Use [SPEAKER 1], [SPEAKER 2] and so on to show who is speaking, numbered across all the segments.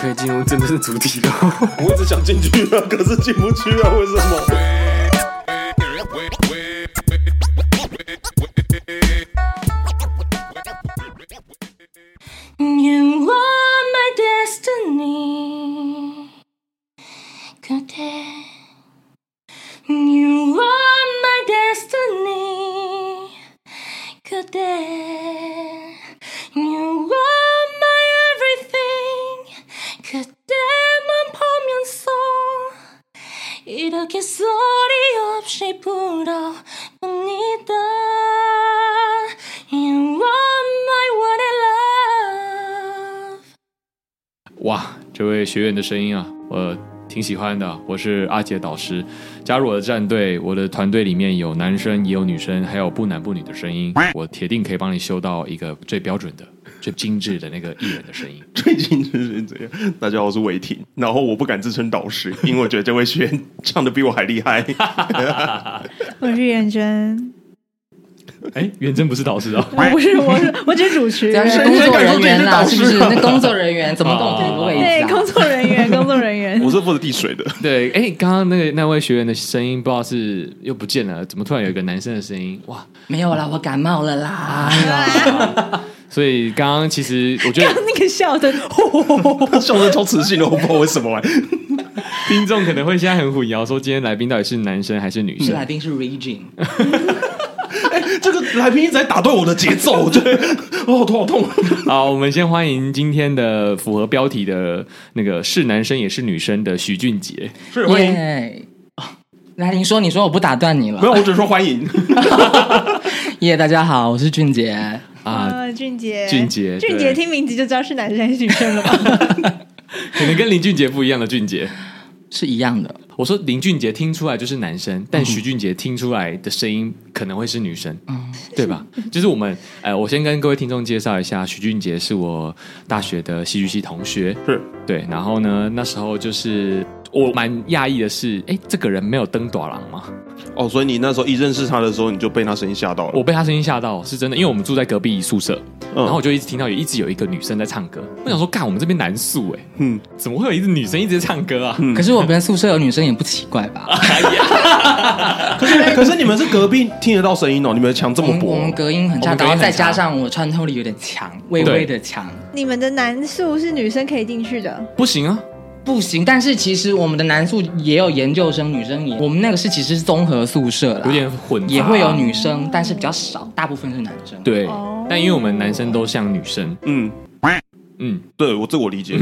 [SPEAKER 1] 可以进入真正的主题了。
[SPEAKER 2] 我一直想进去啊，可是进不去啊，为什么？
[SPEAKER 3] You are my destiny. 그대. You are my destiny. 그대. You are my everything. 그대만 보면서 이렇게 소리 없이 불어봅니다. You are my one and love.
[SPEAKER 4] 哇，这位学员的声音啊，我挺喜欢的。我是阿杰导师，加入我的战队，我的团队里面有男生也有女生，还有不男不女的声音，我铁定可以帮你修到一个最标准的、最精致的那个艺人的声 音。
[SPEAKER 2] 最近就是这样。大家好，我是伟霆，然后我不敢自称导师，因为我觉得这位学员唱的比我还厉 害。
[SPEAKER 5] 我是元真，
[SPEAKER 4] 哎，元真不是导师
[SPEAKER 1] 啊
[SPEAKER 4] 哦，
[SPEAKER 5] 我不是，我是我只是主持
[SPEAKER 6] 人家是
[SPEAKER 2] 哎
[SPEAKER 5] 人，
[SPEAKER 6] 工作人员啦，
[SPEAKER 2] 谁
[SPEAKER 6] 是
[SPEAKER 2] 谁敢说自己是导师啊
[SPEAKER 6] 不是？那工作人员怎么动这个位
[SPEAKER 5] 对，
[SPEAKER 6] 置啊
[SPEAKER 5] 工？作人 员，工作人员
[SPEAKER 2] 我，是负责递水的，
[SPEAKER 4] 对，哎，刚刚那个那位学员的声音不知道是又不见了，怎么突然有一个男生的声音？哇，
[SPEAKER 6] 没有啦，我感冒了啦。
[SPEAKER 4] 所以刚刚其实我觉
[SPEAKER 5] 刚
[SPEAKER 4] 得
[SPEAKER 5] 刚那个笑的，
[SPEAKER 2] 笑声超磁性的，我不知道为什么、欸。
[SPEAKER 4] 听众可能会现在很混淆，说今天来宾到底是男生还是女
[SPEAKER 6] 是
[SPEAKER 1] 嗯
[SPEAKER 4] 生？
[SPEAKER 6] 来宾是 Regin，
[SPEAKER 2] 这个来宾一直在打断我的节奏，我觉得哦，好痛好痛。
[SPEAKER 4] 好，我们先欢迎今天的符合标题的那个是男生也是女生的徐俊杰。
[SPEAKER 2] 是欢迎，
[SPEAKER 6] 耶！来，您说，你说我不打断你
[SPEAKER 2] 没
[SPEAKER 6] 了。
[SPEAKER 2] 有，我只是说欢迎。
[SPEAKER 6] 耶，大家好，我是俊杰。
[SPEAKER 4] 啊，
[SPEAKER 5] 啊，俊杰，
[SPEAKER 4] 俊杰
[SPEAKER 5] 俊
[SPEAKER 4] 对
[SPEAKER 5] 杰，听名字就知道是男生还是女 生了吧？
[SPEAKER 4] 可能跟林俊杰不一样的俊杰。
[SPEAKER 6] 是一样的，
[SPEAKER 4] 我说林俊杰听出来就是男生，但徐俊杰听出来的声音可能会是女生，对吧？就是我们，呃，我先跟各位听众介绍一下，徐俊杰是我大学的戏剧系同学，
[SPEAKER 2] 是
[SPEAKER 4] 对。然后呢，那时候就是我蛮讶异的是，哎，这个人没有登短廊吗？
[SPEAKER 2] 哦，所以你那时候一认识他的时候，你就被他声音吓到了。
[SPEAKER 4] 我被他声音吓到，是真的，因为我们住在隔壁宿舍，
[SPEAKER 2] 嗯
[SPEAKER 4] 然后我就一直听到有一直有一个女生在唱歌，我想说，干，我们这边男宿哎、
[SPEAKER 2] 嗯
[SPEAKER 4] 怎么会有一个女生一直在唱歌啊？
[SPEAKER 6] 可是我们宿舍有女生也不奇怪吧？
[SPEAKER 2] 可 是可是你们是隔壁听得到声音哦，你们墙这
[SPEAKER 6] 我
[SPEAKER 2] 么
[SPEAKER 6] 们
[SPEAKER 2] 薄
[SPEAKER 6] 我们隔音很
[SPEAKER 4] 我
[SPEAKER 6] 差，
[SPEAKER 4] 们隔
[SPEAKER 6] 然
[SPEAKER 4] 音
[SPEAKER 6] 后
[SPEAKER 4] 很
[SPEAKER 6] 再
[SPEAKER 4] 差
[SPEAKER 6] 加上我穿透力有点强，微
[SPEAKER 4] 对
[SPEAKER 6] 微的强，
[SPEAKER 5] 你们的男宿是女生可以进去 的，
[SPEAKER 4] 不行啊，
[SPEAKER 6] 不行。但是其实我们的男宿也有研究生，女生也，我们那个是其实是综合宿舍啦，
[SPEAKER 4] 有点混杂，
[SPEAKER 6] 也会有女生，但是比较少，大部分是男生。，
[SPEAKER 4] 对
[SPEAKER 5] 哦，
[SPEAKER 4] 但因为我们男生都像女生，
[SPEAKER 2] 嗯，
[SPEAKER 4] 嗯，
[SPEAKER 2] 对我这我 理解。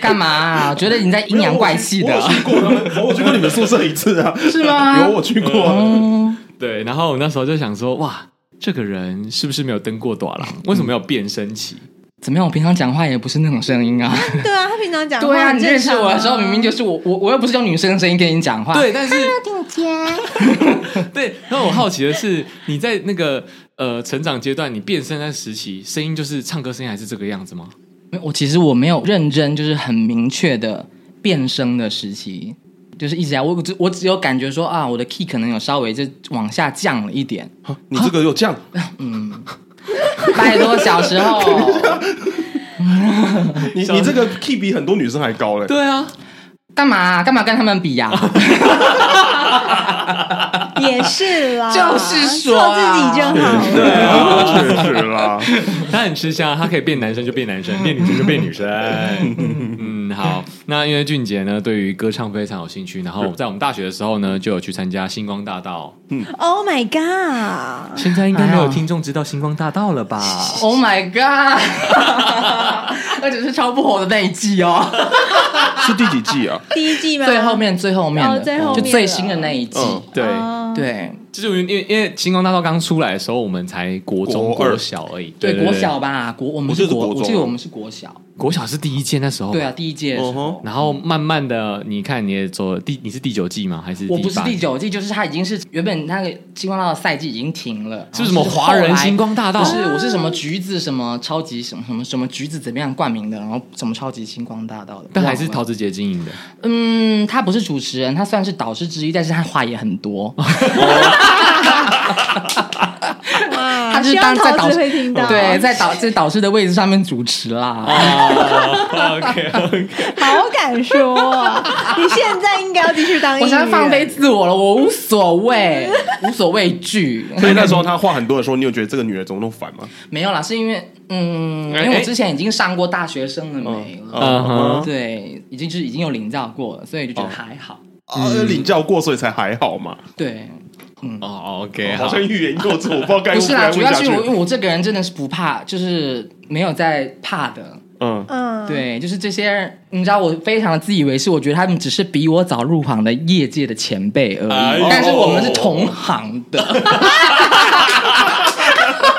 [SPEAKER 6] 干嘛、啊？觉得你在阴阳怪气的
[SPEAKER 2] 我有去过他们，我有去过你们宿舍一次啊，
[SPEAKER 6] 是吗
[SPEAKER 2] 有？我去过啊。
[SPEAKER 6] 哦，
[SPEAKER 4] 对。然后我那时候就想说，哇，这个人是不是没有登过短廊？为什么没有变声期？
[SPEAKER 6] 怎么样？我平常讲话也不是那种声音 啊。
[SPEAKER 5] 对啊，他平常讲话
[SPEAKER 6] 对啊，
[SPEAKER 5] 很
[SPEAKER 6] 你
[SPEAKER 5] 正
[SPEAKER 6] 认识
[SPEAKER 5] 常
[SPEAKER 6] 我的时候，
[SPEAKER 5] 啊
[SPEAKER 6] 明明就是我，我我又不是用女生的声音跟你讲话。，
[SPEAKER 4] 对，但是
[SPEAKER 3] 定杰，
[SPEAKER 4] 对，然后我好奇的是，你在那个呃成长阶段，你变声那时期，声音就是唱歌声音还是这个样子吗？
[SPEAKER 6] 我其实我没有认真，就是很明确的变声的时期，就是一直在我只我只有感觉说啊，我的 key 可能有稍微就往下降了一 点。
[SPEAKER 2] 啊你这个有 降，
[SPEAKER 6] 拜托，小时 候
[SPEAKER 2] 你你这个 key 比很多女生还高嘞。
[SPEAKER 4] 对啊，
[SPEAKER 6] 干嘛啊、干嘛跟他们 比呀、
[SPEAKER 5] 也是啦，
[SPEAKER 6] 就是说啊
[SPEAKER 5] 做自己就好了。
[SPEAKER 2] 对 啊，确实啦。
[SPEAKER 4] 他很吃香，他可以变男生就变男 生，变女生就变女生。嗯，好。那因为俊杰呢，对于歌唱非常有兴趣，然后在我们大学的时候呢，就有去参加星光大道。
[SPEAKER 5] Oh my god！
[SPEAKER 4] 现在应该
[SPEAKER 6] 哎呀
[SPEAKER 4] 没有听众知道星光大道了吧？
[SPEAKER 6] Oh my god！而且是超不火的那一季哦，
[SPEAKER 2] 是第几季啊？
[SPEAKER 5] 第一季吗？
[SPEAKER 6] 最后面最后面的，
[SPEAKER 5] 哦最后面
[SPEAKER 6] 就
[SPEAKER 5] 的
[SPEAKER 6] 最新的那一季。
[SPEAKER 2] 嗯
[SPEAKER 4] 对，
[SPEAKER 6] 啊
[SPEAKER 5] 哦
[SPEAKER 6] 对
[SPEAKER 4] 就是因为因为星光大道刚出来的时候，我们才国中、
[SPEAKER 2] 国二
[SPEAKER 4] 国小而已。
[SPEAKER 6] 对，
[SPEAKER 4] 对
[SPEAKER 6] 国小吧，国我们
[SPEAKER 2] 我记得
[SPEAKER 6] 是
[SPEAKER 2] 是
[SPEAKER 6] 国，
[SPEAKER 2] 国中
[SPEAKER 6] 我记得我们是国小。
[SPEAKER 4] 国小是第一届那时候。
[SPEAKER 6] 对啊，。第一届的时
[SPEAKER 2] 嗯哼
[SPEAKER 6] 候。
[SPEAKER 4] 然后慢慢的，你看你也走了第，你是第九季吗？还是
[SPEAKER 6] 我不是
[SPEAKER 4] 八
[SPEAKER 6] 第？九季，就是它已经是原本那个星光大道赛季已经停了，
[SPEAKER 4] 是不是什么华人星光大道
[SPEAKER 6] 然后就是后来不是我是什么橘子什么超级什么什么什么橘子怎么样冠名的，然后什么超级星光大道的，
[SPEAKER 4] 但还是
[SPEAKER 6] 忘了
[SPEAKER 4] 陶子杰经营的。
[SPEAKER 6] 嗯，他不是主持人，他算是导师 之一，但是他话也很多。他就是当
[SPEAKER 5] 希
[SPEAKER 6] 在导
[SPEAKER 5] 望桃
[SPEAKER 6] 师
[SPEAKER 5] 子会听到
[SPEAKER 6] 对，在导在导师的位置上面主持啦。
[SPEAKER 4] 啊，OK OK，
[SPEAKER 5] 好敢说啊，你现在应该要继续当
[SPEAKER 6] 我
[SPEAKER 5] 艺
[SPEAKER 6] 现在
[SPEAKER 5] 人。
[SPEAKER 6] 放飞自我了，我无所谓， 无所畏惧。
[SPEAKER 2] 所以那时候他话很多的时候，你有觉得这个女人怎么那么烦吗？
[SPEAKER 6] 没有啦，是因为嗯，因
[SPEAKER 4] 哎
[SPEAKER 6] 为我之前已经上过大学生了没了，
[SPEAKER 2] 啊
[SPEAKER 4] 嗯哼
[SPEAKER 6] 对，已经就是已经有领教过了，所以就觉得还好。
[SPEAKER 2] 啊，领教过，所以才还好嘛。
[SPEAKER 6] 对，嗯
[SPEAKER 4] 哦，OK，
[SPEAKER 2] 好
[SPEAKER 4] 好
[SPEAKER 2] 像欲言又止，我不知道该
[SPEAKER 6] 不是啦，
[SPEAKER 2] 该
[SPEAKER 6] 主
[SPEAKER 2] 问
[SPEAKER 6] 要
[SPEAKER 2] 下
[SPEAKER 6] 是
[SPEAKER 2] 去。
[SPEAKER 6] 我因为我这个人真的是不怕，就是没有在怕的。
[SPEAKER 2] 嗯，
[SPEAKER 5] 嗯，
[SPEAKER 6] 对，就是这些人，你知道，我非常的自以为是，我觉得他们只是比我早入行的业界的前辈而
[SPEAKER 4] 哎
[SPEAKER 6] 已，
[SPEAKER 4] 呦
[SPEAKER 6] 但是我们是同行的。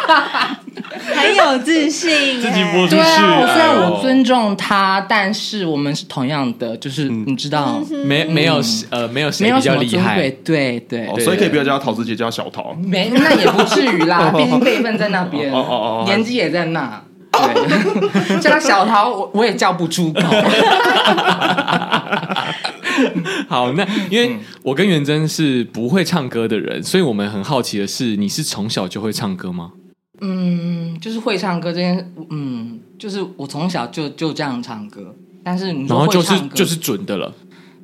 [SPEAKER 5] 很有自信、欸。
[SPEAKER 4] 自己播出
[SPEAKER 6] 对啊，我虽
[SPEAKER 4] 哎
[SPEAKER 6] 然
[SPEAKER 4] 呦
[SPEAKER 6] 我尊重他，但是我们是同样的，就是你知道，
[SPEAKER 4] 没没有呃没有
[SPEAKER 6] 嗯
[SPEAKER 4] 嗯谁
[SPEAKER 6] 没有
[SPEAKER 4] 比
[SPEAKER 6] 什
[SPEAKER 4] 较
[SPEAKER 6] 么
[SPEAKER 4] 厉
[SPEAKER 6] 尊贵
[SPEAKER 4] 害，，
[SPEAKER 6] 对对
[SPEAKER 2] 哦，
[SPEAKER 4] 对
[SPEAKER 2] 所以可以不要叫她桃子姐，叫她小桃。
[SPEAKER 6] 没，那也不至于啦，
[SPEAKER 4] 哦
[SPEAKER 6] 毕竟辈分在那边，
[SPEAKER 2] 哦哦哦
[SPEAKER 6] 年纪也在那。
[SPEAKER 4] 哦
[SPEAKER 6] 对，叫他小桃，我我也叫不出 口。
[SPEAKER 4] 好，那因为我跟元真是不会唱歌的人，所以我们很好奇的是，你是从小就会唱歌吗？
[SPEAKER 6] 嗯，就是会唱歌这件，嗯，就是我从小就就这样唱歌，但是你
[SPEAKER 4] 然
[SPEAKER 6] 说
[SPEAKER 4] 后
[SPEAKER 6] 会
[SPEAKER 4] 就是
[SPEAKER 6] 唱歌，
[SPEAKER 4] 就是准的了，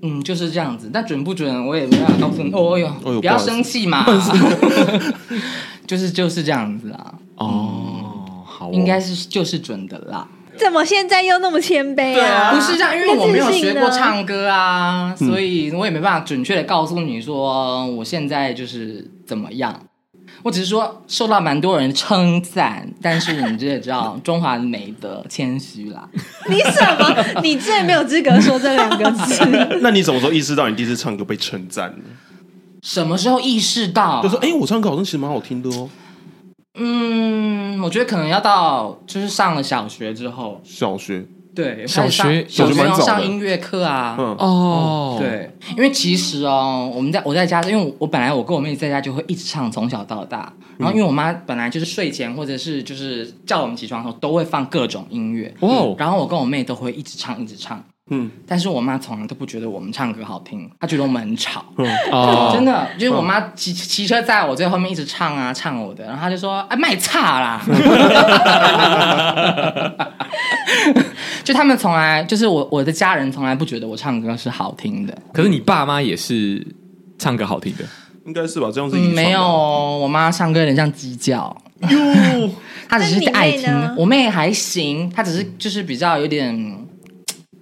[SPEAKER 6] 嗯，就是这样子。但准不准，我也没办法告诉你。哦哟，
[SPEAKER 2] 哎呦
[SPEAKER 6] 不要生 气嘛， 就是就是这样子啊，
[SPEAKER 4] 哦，好哦，
[SPEAKER 6] 嗯应该是就是准的啦。
[SPEAKER 5] 怎么现在又那么谦卑啊？
[SPEAKER 6] 不 是这样，因为
[SPEAKER 5] 那
[SPEAKER 6] 我没有
[SPEAKER 5] 自信
[SPEAKER 6] 学
[SPEAKER 5] 呢
[SPEAKER 6] 过。唱歌啊，
[SPEAKER 2] 嗯
[SPEAKER 6] 所以我也没办法准确的告诉你说我现在就是怎么样。我只是说受到蛮多人称赞，但是你这也 知道，中华美德谦虚啦。
[SPEAKER 5] 你什么？你最没有资格说这两个 字。
[SPEAKER 2] 那你什么时候意识到你第一次唱歌被称赞呢？
[SPEAKER 6] 什么时候意识到？
[SPEAKER 2] 就说，哎，我唱歌好像其实蛮好听的哦。
[SPEAKER 6] 嗯，我觉得可能要到就是上了小学之后，
[SPEAKER 2] 小学，
[SPEAKER 6] 对，
[SPEAKER 4] 小学
[SPEAKER 6] 开始
[SPEAKER 4] 小
[SPEAKER 2] 学
[SPEAKER 6] 上小学
[SPEAKER 2] 蛮
[SPEAKER 6] 要
[SPEAKER 2] 早的
[SPEAKER 6] 上音乐课啊，
[SPEAKER 2] 嗯，
[SPEAKER 4] 哦，，
[SPEAKER 6] 对，因为其实哦，我们在我在家，因为我我本来我跟我妹在家就会一直唱，从小到大。
[SPEAKER 4] 嗯
[SPEAKER 6] 然后因为我妈本来就是睡前或者是就是叫我们起床的时候都会放各种音乐，
[SPEAKER 4] 哇哦
[SPEAKER 6] 然后我跟我妹都会一直唱一直唱，
[SPEAKER 2] 嗯，
[SPEAKER 6] 但是我妈从来都不觉得我们唱歌好听，她觉得我们很吵。
[SPEAKER 4] 哦，
[SPEAKER 6] 真的，就是我妈骑骑车在我最后面一直唱啊唱我的，然后她就说：“哎，卖差 啦！” 就他们从来就是我我的家人从来不觉得我唱歌是好听的，
[SPEAKER 4] 可是你爸妈也是唱歌好听的，
[SPEAKER 2] 应该是吧？这哦样子
[SPEAKER 6] 嗯，没有，我妈唱歌有点像鸡叫， 她只是爱听
[SPEAKER 5] 那你妹呢。
[SPEAKER 6] 我妹还行，她只是就是比较有点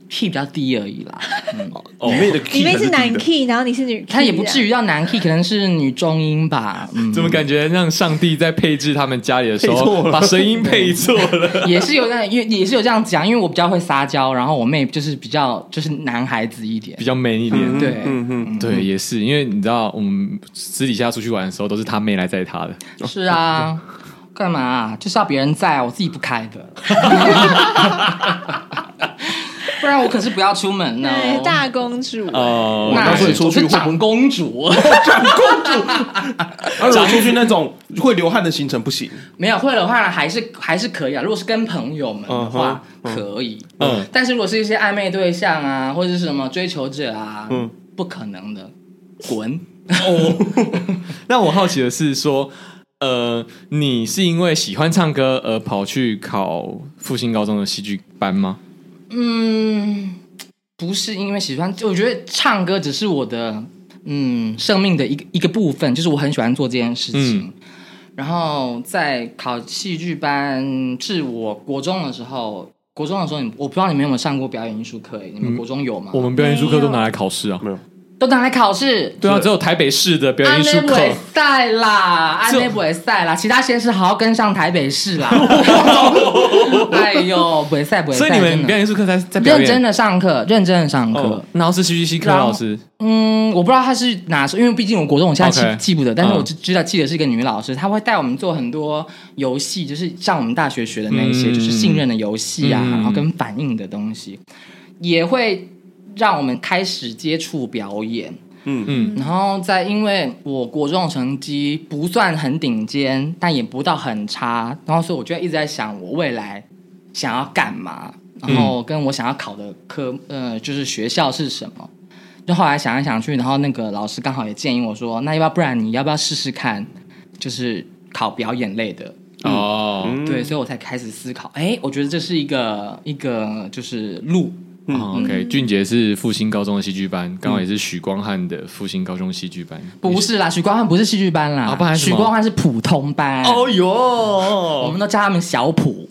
[SPEAKER 6] key 比较低而已啦，
[SPEAKER 2] 里面的
[SPEAKER 5] 你
[SPEAKER 2] key
[SPEAKER 5] 妹是
[SPEAKER 2] 还
[SPEAKER 5] 男
[SPEAKER 2] 低的
[SPEAKER 5] key，然后你是女 key，啊
[SPEAKER 6] 她也不至
[SPEAKER 5] 于。
[SPEAKER 6] 于哦到男 key，可能是女中音吧， 嗯，
[SPEAKER 4] 怎么感觉让上帝在配置他们家里的时
[SPEAKER 2] 配错
[SPEAKER 4] 候，
[SPEAKER 2] 了
[SPEAKER 4] 把声音配错
[SPEAKER 2] 啊
[SPEAKER 4] 了？
[SPEAKER 6] 也是有那也也是有这样讲，因为我比较会撒娇，然后我妹就是比较就是男孩子一 点
[SPEAKER 4] 比，较 man 一点。
[SPEAKER 6] 对，
[SPEAKER 2] 嗯
[SPEAKER 4] 对，也是，因为你知道，我们私底下出去玩的时候，都是他妹来载他的。
[SPEAKER 6] 是啊。干嘛啊、就是要别人在啊，我自己不开 的， 不然我可是不要出门呢、
[SPEAKER 5] 对，大公主。啊
[SPEAKER 4] 哦
[SPEAKER 2] 那
[SPEAKER 6] 那
[SPEAKER 2] 所以
[SPEAKER 6] 是
[SPEAKER 2] 出去
[SPEAKER 6] 我是
[SPEAKER 2] 会
[SPEAKER 6] 长公
[SPEAKER 2] 啊
[SPEAKER 6] 主，
[SPEAKER 2] 哼，而我出去那种会流汗的行程不行，
[SPEAKER 6] 没有会的话还是还是可以啊。如果是跟朋友们的话，
[SPEAKER 2] 嗯哼
[SPEAKER 6] 可以。
[SPEAKER 4] 嗯，
[SPEAKER 6] 但是如果是一些暧昧对象啊，或者是什么追求者啊，
[SPEAKER 2] 嗯
[SPEAKER 6] 不可能的，滚。
[SPEAKER 4] 那我好奇的是说，呃，你是因为喜欢唱歌而跑去考复兴高中的戏剧班吗？
[SPEAKER 6] 嗯，不是因为喜欢，我觉得唱歌只是我的嗯生命的一个一个部分，就是我很喜欢做这件事情。
[SPEAKER 4] 嗯
[SPEAKER 6] 然后在考戏剧班，是我国中的时候，国中的时候你，我不知道你们有没有上过表演艺术课、诶你
[SPEAKER 2] 嗯
[SPEAKER 6] 们国中有吗？
[SPEAKER 4] 我们表演艺术课都拿来考试啊。
[SPEAKER 2] 没有
[SPEAKER 6] 都拿来考试。
[SPEAKER 4] 对啊，只有台北市的表演
[SPEAKER 6] 安
[SPEAKER 4] 艺术
[SPEAKER 6] 内不
[SPEAKER 4] 课。
[SPEAKER 6] 会赛啦，安内不会赛啦，其他县市好好跟上台北市 啦。 哎呦，不会赛不会
[SPEAKER 4] 所
[SPEAKER 6] 赛，
[SPEAKER 4] 以你们
[SPEAKER 6] 真
[SPEAKER 4] 表
[SPEAKER 6] 的
[SPEAKER 4] 演艺术课在在表演
[SPEAKER 6] 认真的上课，认真的上课。
[SPEAKER 4] 哦，然后是戏剧系科
[SPEAKER 6] 然后
[SPEAKER 4] 老师，
[SPEAKER 6] 嗯，我不知道她是哪时候，因为毕竟我国中我现在记
[SPEAKER 4] OK
[SPEAKER 6] 记不得，但是
[SPEAKER 4] 嗯
[SPEAKER 6] 我就知道记得是一个女老师，她会带我们做很多游戏，就是像我们大学学的那些，
[SPEAKER 4] 嗯
[SPEAKER 6] 就是信任的游戏啊，
[SPEAKER 4] 嗯
[SPEAKER 6] 然后跟反应的东西，也会让我们开始接触表演。
[SPEAKER 4] 嗯，
[SPEAKER 6] 然后再因为我国中的成绩不算很顶尖，但也不到很差，然后所以我就一直在想我未来想要干嘛，然
[SPEAKER 4] 嗯
[SPEAKER 6] 后跟我想要考的科，呃，就是学校是什么。就后来想来想去，然后那个老师刚好也建议我说，那要不要不然你要不要试试看，就是考表演类的
[SPEAKER 4] 哦，
[SPEAKER 2] 嗯
[SPEAKER 6] 对，所以我才开始思考，哎，我觉得这是一个一个就是路，嗯
[SPEAKER 4] 哦 OK，俊杰是复兴高中的戏剧班，刚好也是许光汉的复兴高中戏剧班。
[SPEAKER 6] 不是啦，许光汉不是戏剧班啦，
[SPEAKER 4] 啊不然是什
[SPEAKER 6] 许
[SPEAKER 4] 么
[SPEAKER 6] 光汉是普通班，
[SPEAKER 5] 哎
[SPEAKER 4] 哦
[SPEAKER 6] 我
[SPEAKER 4] 哟，
[SPEAKER 6] 们都叫他们小普，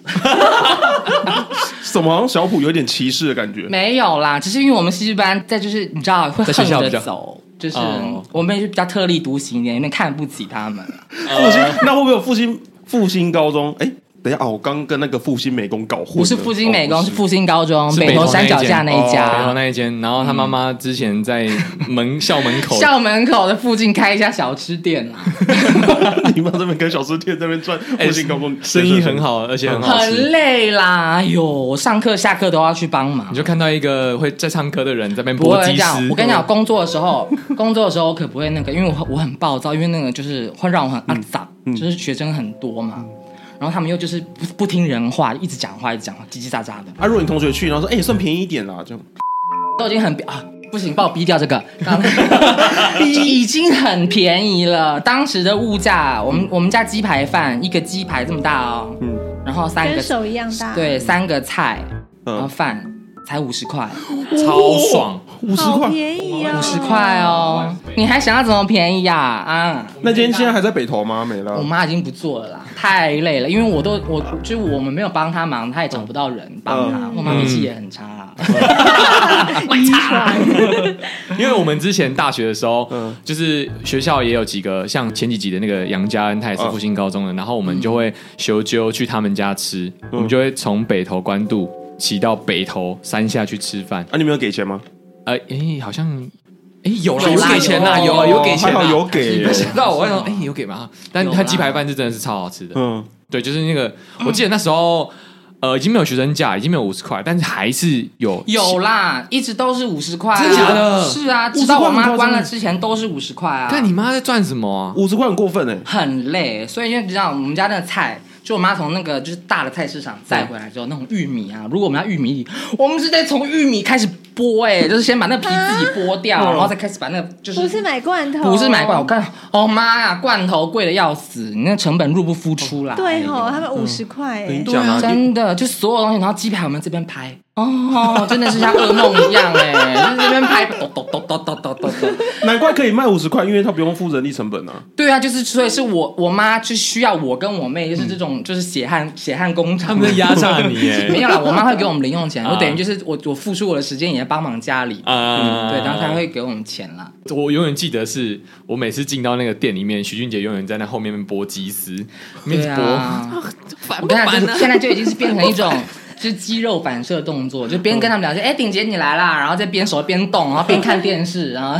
[SPEAKER 2] 怎么好像小普有点歧视的感觉？
[SPEAKER 6] 没有啦，只是因为我们戏剧班在就是你知道会
[SPEAKER 4] 在学校
[SPEAKER 6] 横
[SPEAKER 4] 比较
[SPEAKER 6] 着走。就是
[SPEAKER 4] 哦
[SPEAKER 6] 我们也是比较特立独行一点，有点看不起他们啊。
[SPEAKER 2] 复兴那会不会有复兴复兴高中？哎，等一下哦，我刚跟那个复兴美工搞混了。
[SPEAKER 6] 不是复兴美
[SPEAKER 2] 哦
[SPEAKER 6] 工，
[SPEAKER 2] 不
[SPEAKER 6] 是复兴高中
[SPEAKER 4] 是
[SPEAKER 6] 北
[SPEAKER 4] 投
[SPEAKER 6] 投山脚下那一
[SPEAKER 4] 哦北头
[SPEAKER 6] 家，嗯
[SPEAKER 4] 那一间。然后他妈妈之前在门校门口，
[SPEAKER 6] 校门口的附近开一家小吃店啊啦，
[SPEAKER 2] 你妈这边跟小吃店这边转，
[SPEAKER 4] 哎
[SPEAKER 2] 复兴高中
[SPEAKER 4] 生意很，好，
[SPEAKER 6] 嗯
[SPEAKER 4] 而且很好吃。
[SPEAKER 6] 很累啦。哎呦，我上课下课都要去帮忙
[SPEAKER 4] 你。就看到一个会在唱歌的人在那边
[SPEAKER 6] 不
[SPEAKER 4] 播
[SPEAKER 6] 会
[SPEAKER 4] 鸡
[SPEAKER 6] 这样，
[SPEAKER 4] 丝。
[SPEAKER 6] 我跟你讲，工作的时候， 工作的时候我可不会那个，因为我我很暴躁，因为那个就是会让我很肮脏，就是学生很多嘛，然后他们又就是不不听人话，一直讲话，一直讲话，叽叽喳喳的，
[SPEAKER 2] 啊，如果你同学去，然后说，哎，算便宜一点啦，这样
[SPEAKER 6] 都已经很啊，不行，把我逼掉这个，刚已经很便宜了。当时的物价，我们我们家鸡排饭一个鸡排这么大哦，嗯，然后三
[SPEAKER 5] 跟
[SPEAKER 6] 个
[SPEAKER 5] 手一样大，，
[SPEAKER 6] 对三个菜，
[SPEAKER 2] 嗯
[SPEAKER 6] 然后饭才五十块，
[SPEAKER 4] 超爽，
[SPEAKER 2] 五十
[SPEAKER 5] 好
[SPEAKER 2] 块。
[SPEAKER 5] 便宜啊，
[SPEAKER 6] 五十块哦，你还想要怎么便宜呀？啊！
[SPEAKER 2] 那今天现在还在北投吗？没
[SPEAKER 6] 我
[SPEAKER 2] 了。
[SPEAKER 6] 妈已经不做了啦，太累了，因为我都我就是我们没有帮她忙，她也找不到人帮她。我妈脾气也很差啊，
[SPEAKER 5] 遗传，
[SPEAKER 4] 因为我们之前大学的时候
[SPEAKER 2] 嗯，
[SPEAKER 4] 就是学校也有几个像前几集的那个杨家恩，他也是复兴高
[SPEAKER 6] 嗯
[SPEAKER 4] 中的，然后我们就会修究去他们家吃，我们就会从北头关渡骑到北头山下去吃饭。
[SPEAKER 2] 啊，你们有给钱吗？
[SPEAKER 4] 呃，诶，好像诶，有啦，
[SPEAKER 6] 有
[SPEAKER 4] 有
[SPEAKER 6] 啦
[SPEAKER 4] 给钱啦，
[SPEAKER 6] 有
[SPEAKER 4] 有啊有给钱
[SPEAKER 2] 还好
[SPEAKER 4] 啦，
[SPEAKER 2] 有给耶。
[SPEAKER 4] 知道我那种哎有给吗？但
[SPEAKER 6] 有
[SPEAKER 4] 他
[SPEAKER 6] 啦
[SPEAKER 4] 鸡排饭是真的是超好吃的，
[SPEAKER 2] 嗯，
[SPEAKER 4] 对，就是那个，我记得那时候，呃，已经没有学生价，已经没有五十块，但是还是有
[SPEAKER 6] 有。啦，一直都是五十块啊，
[SPEAKER 4] 真的假的
[SPEAKER 6] 是啊，
[SPEAKER 2] 50
[SPEAKER 6] 直到我
[SPEAKER 2] 块很夸
[SPEAKER 6] 妈
[SPEAKER 2] 张
[SPEAKER 6] 关了之前都是五十块啊。
[SPEAKER 4] 看你妈在赚什么、啊？
[SPEAKER 2] 五十块很过分哎。
[SPEAKER 6] 很累，所以就你知道我们家那个菜，就我妈从那个就是大的菜市场带回来之后，那种玉米啊，如果我们要玉米粒，我们是得从玉米开始剥，哎，就是先把那皮自己剥掉，然后再开始把那个就是
[SPEAKER 5] 不是买罐头，
[SPEAKER 6] 不是买罐头，我，看哦妈呀，罐头贵的要死，你那成本入不敷出啦。
[SPEAKER 5] 哦对吼，
[SPEAKER 6] 嗯
[SPEAKER 5] 他们五十块
[SPEAKER 2] 跟你
[SPEAKER 5] 哎，
[SPEAKER 2] 讲啊，
[SPEAKER 6] 真的，就所有东西，然后鸡排我们这边拍，哦，真的是像噩梦一样哎、就是这边拍，抖抖抖抖抖抖抖抖。
[SPEAKER 2] 难怪可以卖五十块，因为他不用付人力成本啊。
[SPEAKER 6] 对啊，就是所以是我我妈就需要我跟我妹，就是这种、就是血汗血汗工
[SPEAKER 4] 他
[SPEAKER 6] 厂
[SPEAKER 4] 们。在压榨你
[SPEAKER 6] 没
[SPEAKER 4] 耶！
[SPEAKER 6] 有啦，我妈会给我们零用钱，
[SPEAKER 4] 啊
[SPEAKER 6] 我等于就是我我付出我的时间也在帮忙家里，
[SPEAKER 4] 啊
[SPEAKER 6] 对，然后她会给我们钱啦。
[SPEAKER 4] 我永远记得是，我每次进到那个店里面，徐俊杰永远在那后面面剥鸡丝，面
[SPEAKER 6] 对
[SPEAKER 4] 剥、
[SPEAKER 6] 啊，我跟你讲，就是现在就已经是变成一种。就是肌肉反射动作，就边跟他们聊天，哎、顶姐你来啦，然后再边手边动，然后边看电视，然后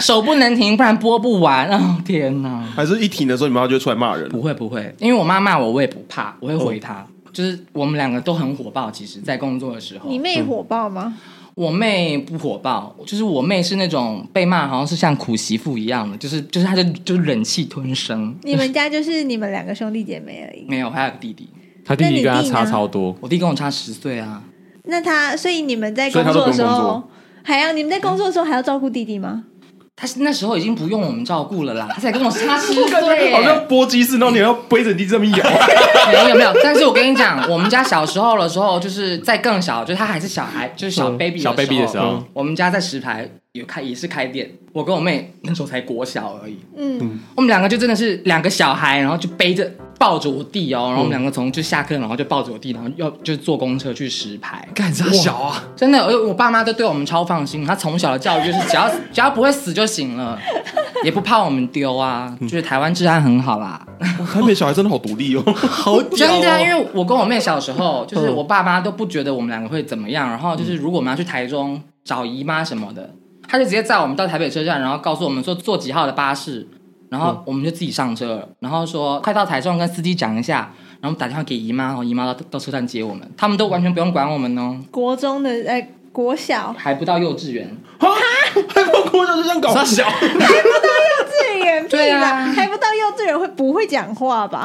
[SPEAKER 6] 手不能停，不然播不完。哦天哪！
[SPEAKER 2] 还是一停的时候，你妈就会出来骂人。
[SPEAKER 6] 不会不会，哦因为我妈骂我，我也不怕，我会回她。就是我们两个都很火爆，其实，在工作的时候，
[SPEAKER 5] 你妹火爆吗？
[SPEAKER 6] 我妹不火爆，就是我妹是那种被骂，好像是像苦媳妇一样的，就是就是她就就忍气吞声。
[SPEAKER 5] 你们家就是你们两个兄弟姐妹而已。
[SPEAKER 6] 没有，还有个弟弟，
[SPEAKER 4] 他弟
[SPEAKER 5] 那
[SPEAKER 4] 弟
[SPEAKER 5] 你
[SPEAKER 4] 跟他
[SPEAKER 5] 弟
[SPEAKER 4] 差
[SPEAKER 5] 呢
[SPEAKER 4] 超多，
[SPEAKER 6] 我弟跟我差十岁啊。
[SPEAKER 5] 那他，所以你们在
[SPEAKER 2] 所
[SPEAKER 5] 工
[SPEAKER 2] 以他
[SPEAKER 5] 作
[SPEAKER 2] 都
[SPEAKER 5] 的
[SPEAKER 2] 不用
[SPEAKER 5] 时
[SPEAKER 2] 工作
[SPEAKER 5] 候，还要你们在工作的时候还要照顾弟弟吗？
[SPEAKER 6] 他是那时候已经不用我们照顾了啦，他才跟我差十岁哦耶
[SPEAKER 2] 好像剥鸡翅，然后你还要背着地这么摇。
[SPEAKER 6] 没有没有，但是我跟你讲，我们家小时候的时候，就是在更小，就是他还是小孩，就是小 baby 的时
[SPEAKER 4] 嗯小
[SPEAKER 6] 候
[SPEAKER 4] baby 的时候
[SPEAKER 6] 嗯我们家在石牌有开也是开店，我跟我妹那时候才国小而已，
[SPEAKER 5] 嗯，
[SPEAKER 6] 我们两个就真的是两个小孩，然后就背着抱着我弟哦，然
[SPEAKER 4] 嗯
[SPEAKER 6] 后我们两个从就下课，然后就抱着我弟，然后要就坐公车去石牌，
[SPEAKER 4] 干啥小啊？
[SPEAKER 6] 真的，呃我我爸妈都对我们超放心，他从小的教育就是只要 只要不会死就行了，也不怕我们丢啊，就是台湾治安很好啦。
[SPEAKER 2] 台北小孩真的好独 立哦，好
[SPEAKER 6] 真的啊，因为我跟我妹小时候，就是我爸妈都不觉得我们两个会怎么样。然后就是如果我们要去台中找姨妈什么的，他就直接载我们到台北车站，然后告诉我们说坐几号的巴士，然后我们就自己上车了。然后说快到台中跟司机讲一下，然后打电话给姨妈，然后姨妈到到车站接我们。他们都完全不用管我们哦，
[SPEAKER 5] 国中的哎，国小
[SPEAKER 6] 还不到幼稚园。
[SPEAKER 2] 还包括就这样搞。
[SPEAKER 4] 小？
[SPEAKER 5] 幼稚园，屁
[SPEAKER 6] 对
[SPEAKER 5] 啦
[SPEAKER 6] 啊
[SPEAKER 5] 还不到幼稚园会不会讲话吧？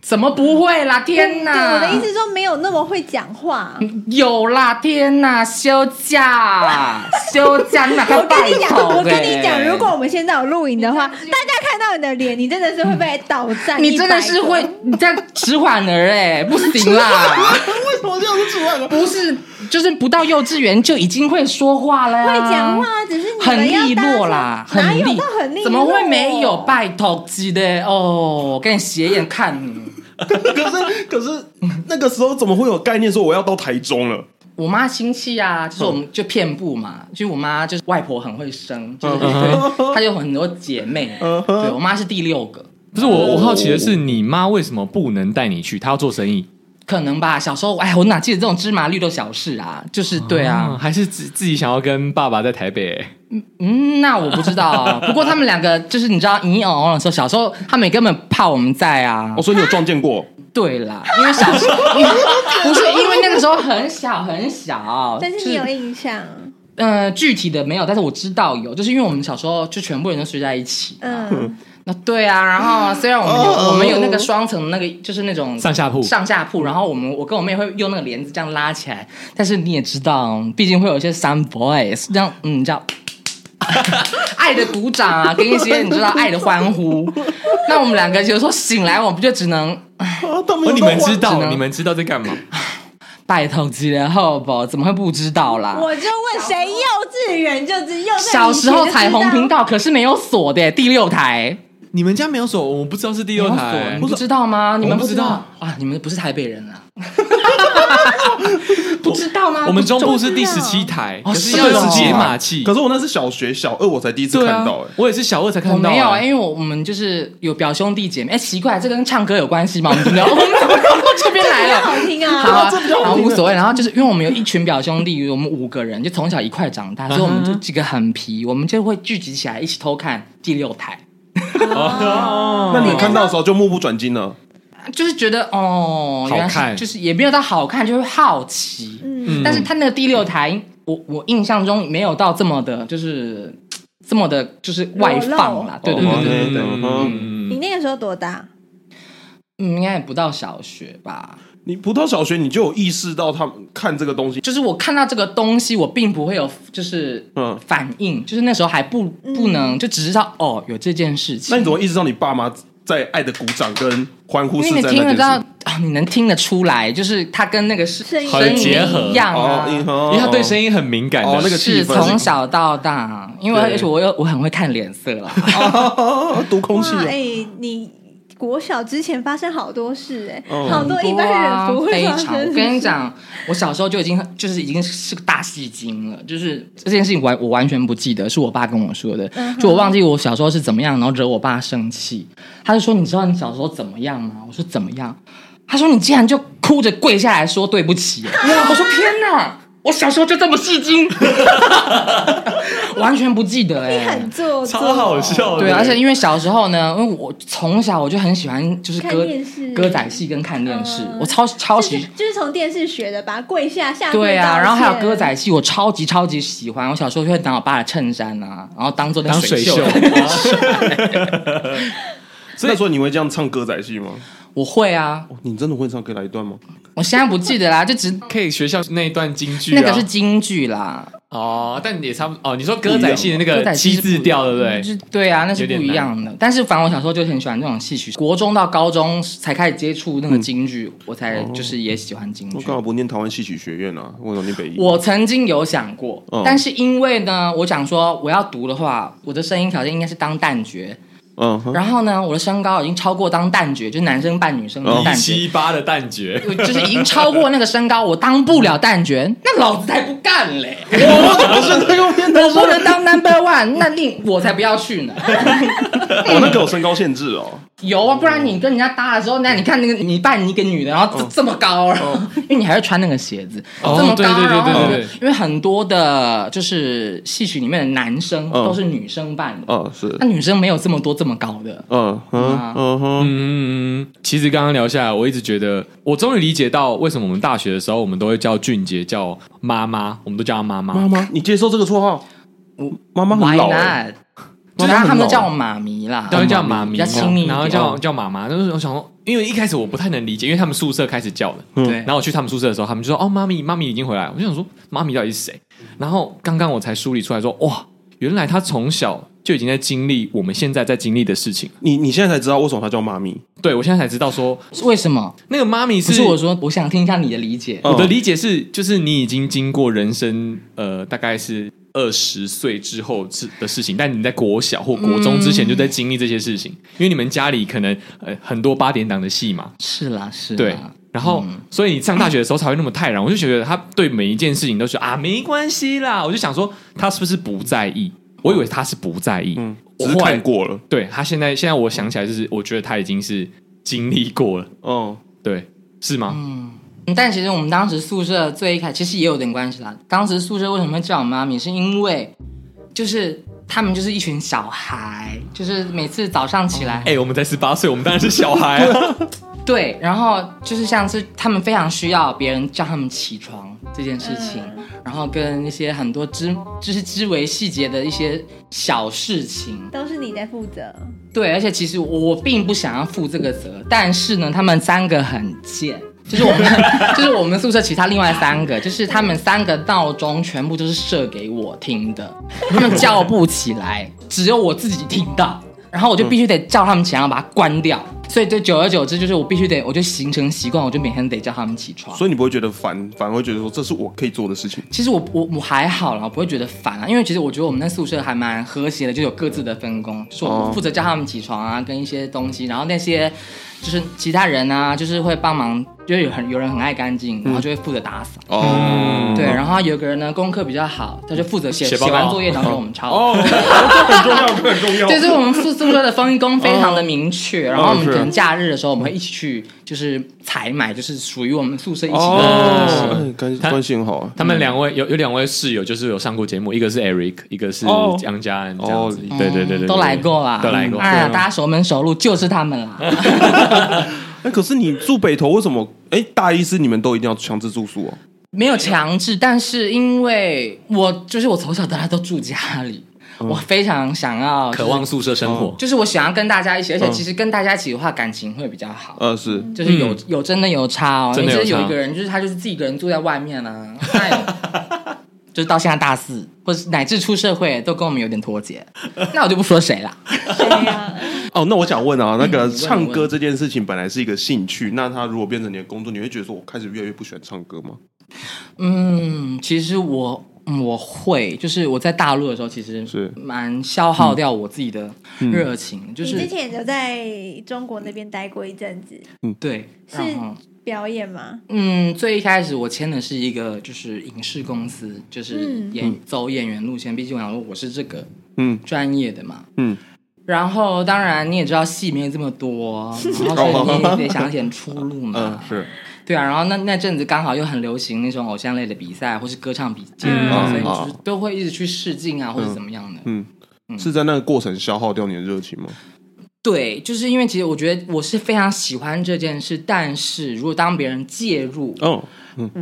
[SPEAKER 6] 怎么不会啦？天
[SPEAKER 5] 对，
[SPEAKER 6] 哪！
[SPEAKER 5] 我的意思是说没有那么会讲话。
[SPEAKER 6] 有啦，天哪！休假，休假，你哪个
[SPEAKER 5] 我跟你讲，
[SPEAKER 6] 拜
[SPEAKER 5] 我
[SPEAKER 6] 托的欸
[SPEAKER 5] 跟你讲，如果我们现在有录影的话，大家看到你的脸，你真的是会被倒站100个。
[SPEAKER 6] 你真的是会，你这样迟缓儿哎、不行 啦！
[SPEAKER 2] 为什么这样子出来了？
[SPEAKER 6] 不是，就是不到幼稚园就已经会说话了、
[SPEAKER 5] 会讲。话，只是你
[SPEAKER 6] 很
[SPEAKER 5] 们要
[SPEAKER 6] 利
[SPEAKER 5] 搭
[SPEAKER 6] 落
[SPEAKER 5] 上
[SPEAKER 6] 啦，
[SPEAKER 5] 哪
[SPEAKER 6] 很
[SPEAKER 5] 有
[SPEAKER 6] 利
[SPEAKER 5] 到很利落？
[SPEAKER 6] 怎么会没有？拜托鸡的哦，我跟你斜眼看你。
[SPEAKER 2] 可是可是那个时候怎么会有概念说我要到台中了？
[SPEAKER 6] 我妈亲戚啊，就是
[SPEAKER 2] 嗯
[SPEAKER 6] 我们就遍布嘛，就是我妈就是外婆很会生，就是
[SPEAKER 2] 嗯
[SPEAKER 6] 对她有很多姐妹，啊
[SPEAKER 2] 嗯
[SPEAKER 6] 对我妈是第六个，
[SPEAKER 4] 不是我，我好奇的是，你妈为什么不能带你去？她要做生意
[SPEAKER 6] 可能吧。小时候，哎，我哪记得这种芝麻绿豆小事啊？就是对啊，
[SPEAKER 4] 哦还是自自己想要跟爸爸在台北、
[SPEAKER 6] 嗯，那我不知道啊。不过他们两个就是你知道，你哦哦的时候，小时候他们也根本怕我们在啊
[SPEAKER 2] 我、。
[SPEAKER 4] 哦
[SPEAKER 2] 说你有撞见 过？
[SPEAKER 6] 对啦，因为小时候不是因为那个时候很小很小，
[SPEAKER 5] 但是
[SPEAKER 6] 就
[SPEAKER 5] 你有印象，
[SPEAKER 6] 呃具体的没有，但是我知道有，就是因为我们小时候就全部人都睡在一起。
[SPEAKER 5] 嗯，
[SPEAKER 6] 那对啊，然后虽然我们有、
[SPEAKER 2] 哦
[SPEAKER 6] 我们有那个双层的那个，就是那种
[SPEAKER 4] 上下铺
[SPEAKER 6] 上下铺，然后我们我跟我妹会用那个帘子这样拉起来，但是你也知道，毕竟会有一些 some boys 这样，嗯， 这样。爱的鼓掌啊，跟一些你知道爱的欢呼。那我们两个有时候醒来，我们就只能
[SPEAKER 2] 啊，他
[SPEAKER 4] 哦
[SPEAKER 2] 们有
[SPEAKER 4] 你们
[SPEAKER 2] 到
[SPEAKER 4] 知
[SPEAKER 6] 只
[SPEAKER 4] 道，
[SPEAKER 6] 能
[SPEAKER 4] 你们知道在干嘛？
[SPEAKER 6] 拜托几人后不？怎么会不知道啦？
[SPEAKER 5] 我就问谁幼稚园就知幼稚园
[SPEAKER 6] 小时候
[SPEAKER 5] 以前就知道
[SPEAKER 6] 彩虹频，道可是没有锁的耶，第六台。
[SPEAKER 4] 你们家没有啊锁，我不知道是第
[SPEAKER 6] 没有
[SPEAKER 4] 六
[SPEAKER 6] 锁
[SPEAKER 4] 台
[SPEAKER 6] 你。不知道吗？你们不知
[SPEAKER 4] 我
[SPEAKER 6] 道啊？你们不是台北 人啊？不知道吗？
[SPEAKER 4] 我们中部
[SPEAKER 6] 不
[SPEAKER 4] 是第
[SPEAKER 5] 不
[SPEAKER 4] 十
[SPEAKER 5] 知道
[SPEAKER 4] 七台，
[SPEAKER 6] 哦
[SPEAKER 4] 可是
[SPEAKER 6] 是
[SPEAKER 4] 要有
[SPEAKER 6] 哦
[SPEAKER 4] 解码器。
[SPEAKER 2] 可是我那是小学小二，我才第一次
[SPEAKER 4] 对
[SPEAKER 2] 看
[SPEAKER 4] 啊
[SPEAKER 2] 到、欸，，
[SPEAKER 4] 我也是小二才
[SPEAKER 6] 我
[SPEAKER 4] 看到啊。
[SPEAKER 6] 没有啊，因为我我们就是有表兄弟姐妹。哎，奇怪，这跟唱歌有关系吗？我们怎么 聊我们怎么聊到这边来
[SPEAKER 5] 这很好
[SPEAKER 6] 了？
[SPEAKER 5] 听啊，
[SPEAKER 6] 好啊，
[SPEAKER 2] 这比较好听
[SPEAKER 6] 好无所谓。然后就是因为我们有一群表兄弟，我们五个人就从小一块长大，所以我们就几个很皮，我们就会聚集起来一起偷看第六台。
[SPEAKER 2] 那
[SPEAKER 6] 哦
[SPEAKER 4] 啊
[SPEAKER 2] 你看到的时候就目不转睛了。
[SPEAKER 6] 就是觉得哦，原来是
[SPEAKER 4] 好看
[SPEAKER 6] 就是也没有到好看，就会好奇。
[SPEAKER 4] 嗯
[SPEAKER 6] 但是他那个第六台，我我印象中没有到这么的，就是这么的，就是外放
[SPEAKER 2] 哦
[SPEAKER 6] 啦。对对对对，
[SPEAKER 2] 对
[SPEAKER 5] 你那个时候多大？
[SPEAKER 6] 嗯，应该也不到小学吧。
[SPEAKER 2] 你不到小学你就有意识到他们看这个东西，
[SPEAKER 6] 就是我看到这个东西，我并不会有就是
[SPEAKER 2] 嗯
[SPEAKER 6] 反应，就是那时候还不
[SPEAKER 5] 嗯
[SPEAKER 6] 不能，就只知道哦有这件事情。
[SPEAKER 2] 那你怎么意识到你爸妈在爱的鼓掌跟欢呼是
[SPEAKER 6] 因为
[SPEAKER 2] 在
[SPEAKER 6] 你
[SPEAKER 2] 那件
[SPEAKER 6] 听得
[SPEAKER 2] 事？
[SPEAKER 6] 到啊，你能听得出来，就是他跟那个是
[SPEAKER 5] 声音
[SPEAKER 6] 声音
[SPEAKER 4] 结合
[SPEAKER 6] 一样啊，
[SPEAKER 4] 因为他对
[SPEAKER 2] 音
[SPEAKER 4] 声音很敏感的。
[SPEAKER 2] 哦那个气
[SPEAKER 6] 是
[SPEAKER 2] 氛
[SPEAKER 6] 从小到大，因为
[SPEAKER 4] 对
[SPEAKER 6] 而且我又我很会看脸色啦。
[SPEAKER 2] 读空
[SPEAKER 5] 哇
[SPEAKER 6] 啊
[SPEAKER 2] 气，了，
[SPEAKER 5] 哎，你国小之前发生好多事哎
[SPEAKER 2] 嗯，
[SPEAKER 5] 好多一般
[SPEAKER 6] 啊
[SPEAKER 5] 人不会
[SPEAKER 6] 哦非
[SPEAKER 5] 发
[SPEAKER 6] 常，
[SPEAKER 5] 生。
[SPEAKER 6] 我跟你，讲，我小时候就已经就是已经是个大戏精了，就是这件事情完我完全不记得，是我爸跟我说的，
[SPEAKER 5] 嗯
[SPEAKER 6] 就我忘记我小时候是怎么样，然后惹我爸生气，他就说你知道你小时候怎么样吗？我说怎么样？他说你竟然就哭着跪下来说对不起，我说天哪！我小时候就这么戏精， 完全不记得哎、
[SPEAKER 5] 你很做作，
[SPEAKER 4] 超好笑的。
[SPEAKER 6] 对，而且因为小时候呢，因为我从小我就很喜欢就是
[SPEAKER 5] 看
[SPEAKER 6] 歌
[SPEAKER 5] 电视
[SPEAKER 6] 歌仔戏跟看电视，
[SPEAKER 5] 嗯
[SPEAKER 6] 我超超
[SPEAKER 5] 就是
[SPEAKER 6] 级。
[SPEAKER 5] 就是从电视学的吧，跪下下跪
[SPEAKER 6] 对啊，
[SPEAKER 5] 道
[SPEAKER 6] 然后还有
[SPEAKER 5] 歉
[SPEAKER 6] 歌仔戏，我超级超级喜欢。我小时候就会拿我爸的衬衫啊，然后当做
[SPEAKER 4] 当水
[SPEAKER 6] 袖
[SPEAKER 4] 袖。。
[SPEAKER 2] 那时候你会这样唱歌仔戏吗？
[SPEAKER 6] 我会啊，
[SPEAKER 2] 哦你真的会唱？可以来一段吗？
[SPEAKER 6] 我现在不记得啦，就只
[SPEAKER 4] 可以学校那一段京剧、啊，
[SPEAKER 6] 那个是京剧啦，
[SPEAKER 4] 哦，但也差不哦。你说歌仔戏的那
[SPEAKER 6] 歌
[SPEAKER 4] 个
[SPEAKER 6] 仔
[SPEAKER 4] 七
[SPEAKER 6] 戏是
[SPEAKER 4] 字
[SPEAKER 6] 不一样
[SPEAKER 4] 调，对不对？
[SPEAKER 6] 就是对啊，那是不一样的。但是反正我小时候就很喜欢这种戏曲，国中到高中才开始接触那个
[SPEAKER 4] 嗯
[SPEAKER 6] 京剧，我才
[SPEAKER 4] 哦
[SPEAKER 6] 就是也喜欢京
[SPEAKER 2] 我
[SPEAKER 6] 剧
[SPEAKER 2] 刚。好不念台湾戏曲学院啊，我有念北艺。
[SPEAKER 6] 我曾经有想过，
[SPEAKER 2] 嗯
[SPEAKER 6] 但是因为呢，我想说我要读的话，我的声音条件应该是当旦角，
[SPEAKER 2] 嗯哼，
[SPEAKER 6] 然后呢，我的身高已经超过当旦角，就是男生扮女生的
[SPEAKER 2] 哦
[SPEAKER 6] 旦角。
[SPEAKER 4] 七八的旦角，
[SPEAKER 6] 我就是已经超过那个身高，我当不了旦角，那老子才不干嘞！
[SPEAKER 2] 我怎么是在用念的？
[SPEAKER 6] 我不能当 number one，那另我才不要去呢。
[SPEAKER 2] 我那个有身高限制哦。
[SPEAKER 6] 有啊，不然你跟人家搭的时候，那你看那个你扮一个女的，然
[SPEAKER 2] 哦
[SPEAKER 6] 后这这么高，然后因为你还会穿那个鞋子，
[SPEAKER 4] 哦
[SPEAKER 6] 这么高，
[SPEAKER 4] 对对对
[SPEAKER 6] 然后
[SPEAKER 4] 对对对
[SPEAKER 6] 因为很多的就是戏曲里面的男生
[SPEAKER 2] 嗯
[SPEAKER 6] 都是女生扮的，
[SPEAKER 2] 嗯，是，
[SPEAKER 6] 那女生没有这么多这么高的，
[SPEAKER 2] 嗯哼，嗯哼，
[SPEAKER 4] 嗯，其实刚刚聊下来，我一直觉得，我终于理解到为什么我们大学的时候，我们都会叫俊杰叫妈妈，我们都叫她妈妈。
[SPEAKER 2] 妈妈，你接受这个绰号？我妈妈很
[SPEAKER 6] ，Why
[SPEAKER 2] 老哎，
[SPEAKER 6] not？就是
[SPEAKER 2] 妈妈很
[SPEAKER 6] 他们
[SPEAKER 2] 老
[SPEAKER 6] 叫我妈咪啦，
[SPEAKER 4] 都会叫妈咪，
[SPEAKER 6] 比较亲密一点，
[SPEAKER 4] 然后叫叫妈妈。那时候我想说，因为一开始我不太能理解，因为他们宿舍开始叫了。
[SPEAKER 6] 对，
[SPEAKER 4] 嗯然后我去他们宿舍的时候，他们就说：“哦，妈咪，妈咪已经回来了。”我就想说，妈咪到底是谁？然后刚刚我才梳理出来说，哇，原来她从小就已经在经历我们现在在经历的事情。
[SPEAKER 2] 你你现在才知道为什么他叫妈咪？
[SPEAKER 4] 对我现在才知道说，
[SPEAKER 6] 是为什么？
[SPEAKER 4] 那个妈咪是嗯
[SPEAKER 6] 不是我说，我想听一下你的理解。
[SPEAKER 2] 嗯
[SPEAKER 4] 我的理解是，就是你已经经过人生呃，大概是二十岁之后是的事情，但你在国小或国中之前就在经历这些事
[SPEAKER 2] 嗯
[SPEAKER 4] 情，因为你们家里可能呃很多八点档的戏嘛，
[SPEAKER 6] 是啦，
[SPEAKER 2] 嗯
[SPEAKER 6] 是啦，
[SPEAKER 4] 对。然后，所以你上大学的时候才会那么泰然，我就觉得他对每一件事情都是啊没关系啦，我就想说他是不是不在意？我以为他是不在意，
[SPEAKER 2] 嗯，
[SPEAKER 4] 我
[SPEAKER 2] 只是
[SPEAKER 4] 后来
[SPEAKER 2] 看过了，
[SPEAKER 4] 对他现在现在我想起来就是，我觉得他已经是经历过了，
[SPEAKER 2] 嗯，
[SPEAKER 4] 对，是吗？
[SPEAKER 6] 嗯但其实我们当时宿舍最一开，其实也有点关系啦。当时宿舍为什么会叫我妈咪，是因为就是他们就是一群小孩，就是每次早上起来，
[SPEAKER 4] 哎、我们才十八岁，我们当然是小孩、 啊。
[SPEAKER 6] 对，然后就是像是他们非常需要别人叫他们起床这件事情，然后跟一些很多枝就是枝微细节的一些小事情，
[SPEAKER 5] 都是你在负责。
[SPEAKER 6] 对，而且其实我我并不想要负这个责，但是呢，他们三个很贱，就是我们就是我们宿舍其他另外三个，就是他们三个闹钟全部都是设给我听的，他们叫不起来，只有我自己听到，然后我就必须得叫他们起来，然后把它关掉。所以，就久而久之，就是我必须得，我就形成习惯，我就每天得叫他们起床。
[SPEAKER 2] 所以你不会觉得烦，反而会觉得说这是我可以做的事情。
[SPEAKER 6] 其实我我我还好啦，我不会觉得烦啊，因为其实我觉得我们在宿舍还蛮和谐的，就有各自的分工，就是
[SPEAKER 2] 哦
[SPEAKER 6] 我负责叫他们起床啊，跟一些东西，然后那些就是其他人啊，就是会帮忙，就是有很有人很爱干
[SPEAKER 4] 嗯
[SPEAKER 6] 净，然后就会负责打扫。
[SPEAKER 2] 哦，
[SPEAKER 6] 对，然后有个人呢功课比较好，他就负责写
[SPEAKER 4] 写报
[SPEAKER 6] 写
[SPEAKER 4] 告
[SPEAKER 6] 完作业，然后给我们抄。
[SPEAKER 4] 哦，
[SPEAKER 2] 很重要，很重要
[SPEAKER 6] 就是我们宿宿舍的分工非常的明
[SPEAKER 4] 哦
[SPEAKER 6] 确，然后我们可能假日的时候，我们会一起去就是采买，就是属于我们宿舍一起的东西。
[SPEAKER 2] 哦，哎关
[SPEAKER 4] 他
[SPEAKER 2] 关系很好啊。
[SPEAKER 4] 他们两位有有两位室友，就是有上过节目，一个是 Eric，一个是
[SPEAKER 2] 哦
[SPEAKER 4] 江嘉安，这样子
[SPEAKER 2] 哦
[SPEAKER 4] 对对对对对，
[SPEAKER 6] 都来过啦，
[SPEAKER 4] 都来过。
[SPEAKER 6] 哎呀，大家熟门熟路就是他 们啦。
[SPEAKER 2] 哎，可是你住北投，为什么？哎，大一是你们都一定要强制住宿哦。
[SPEAKER 6] 没有强制，但是因为我就是我从小到大都住家里，我非常想要、
[SPEAKER 4] 嗯
[SPEAKER 6] 就是
[SPEAKER 4] 渴望，宿舍生活，
[SPEAKER 6] 就是我想要跟大家一起，而且
[SPEAKER 2] 嗯
[SPEAKER 6] 其实跟大家一起的话感情会比较好。
[SPEAKER 2] 呃，是
[SPEAKER 6] 就是有、有真的有差哦，
[SPEAKER 4] 嗯真的有
[SPEAKER 6] 因为就是
[SPEAKER 4] 差
[SPEAKER 6] 有一个人，就是他就是自己一个人住在外面啊，那 也就是到现在大四，或者乃至出社会，都跟我们有点 脱节。那我就不说谁啦，
[SPEAKER 5] 对
[SPEAKER 6] 啊
[SPEAKER 5] 呀，
[SPEAKER 2] 哦。那我想问啊，那个
[SPEAKER 6] 问
[SPEAKER 2] 唱歌
[SPEAKER 6] 问
[SPEAKER 2] 这件事情本来是一个兴趣，那它如果变成你的工作，你会觉得说我开始越来越不喜欢唱歌吗？
[SPEAKER 6] 嗯，其实我嗯我会，就是我在大陆的时候，其实
[SPEAKER 2] 是
[SPEAKER 6] 蛮消
[SPEAKER 4] 嗯
[SPEAKER 6] 耗掉我自己的热情，就
[SPEAKER 5] 你
[SPEAKER 6] 是
[SPEAKER 5] 之前有在中国那边待过一阵子，
[SPEAKER 6] 对，
[SPEAKER 5] 是
[SPEAKER 6] 然后
[SPEAKER 5] 表演吗？
[SPEAKER 6] 嗯，最一开始我签的是一个就是影视公司，就是演、走演员路线，毕竟我想说我是这个
[SPEAKER 2] 嗯
[SPEAKER 6] 专业的嘛，
[SPEAKER 2] 嗯。
[SPEAKER 6] 然后，当然你也知道戏没有这么多，然后所以你也得想点出路嘛。
[SPEAKER 2] 嗯，是
[SPEAKER 6] 对啊，然后那那阵子刚好又很流行那种偶像类的比赛或是歌唱比赛，
[SPEAKER 2] 嗯
[SPEAKER 6] 所以你就是都会一直去试镜啊，或者怎么样的。
[SPEAKER 2] 嗯。是在那个过程消耗掉你的热情吗？
[SPEAKER 6] 对，就是因为其实我觉得我是非常喜欢这件事，但是如果当别人介入，
[SPEAKER 2] 哦，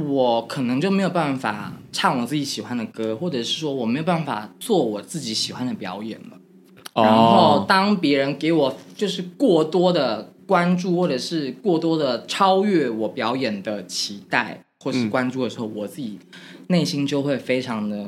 [SPEAKER 6] 我可能就没有办法唱我自己喜欢的歌，或者是说我没有办法做我自己喜欢的表演了。然后
[SPEAKER 4] 哦，
[SPEAKER 6] 当别人给我就是过多的关注，或者是过多的超越我表演的期待或
[SPEAKER 4] 嗯
[SPEAKER 6] 是关注的时候，我自己内心就会非常的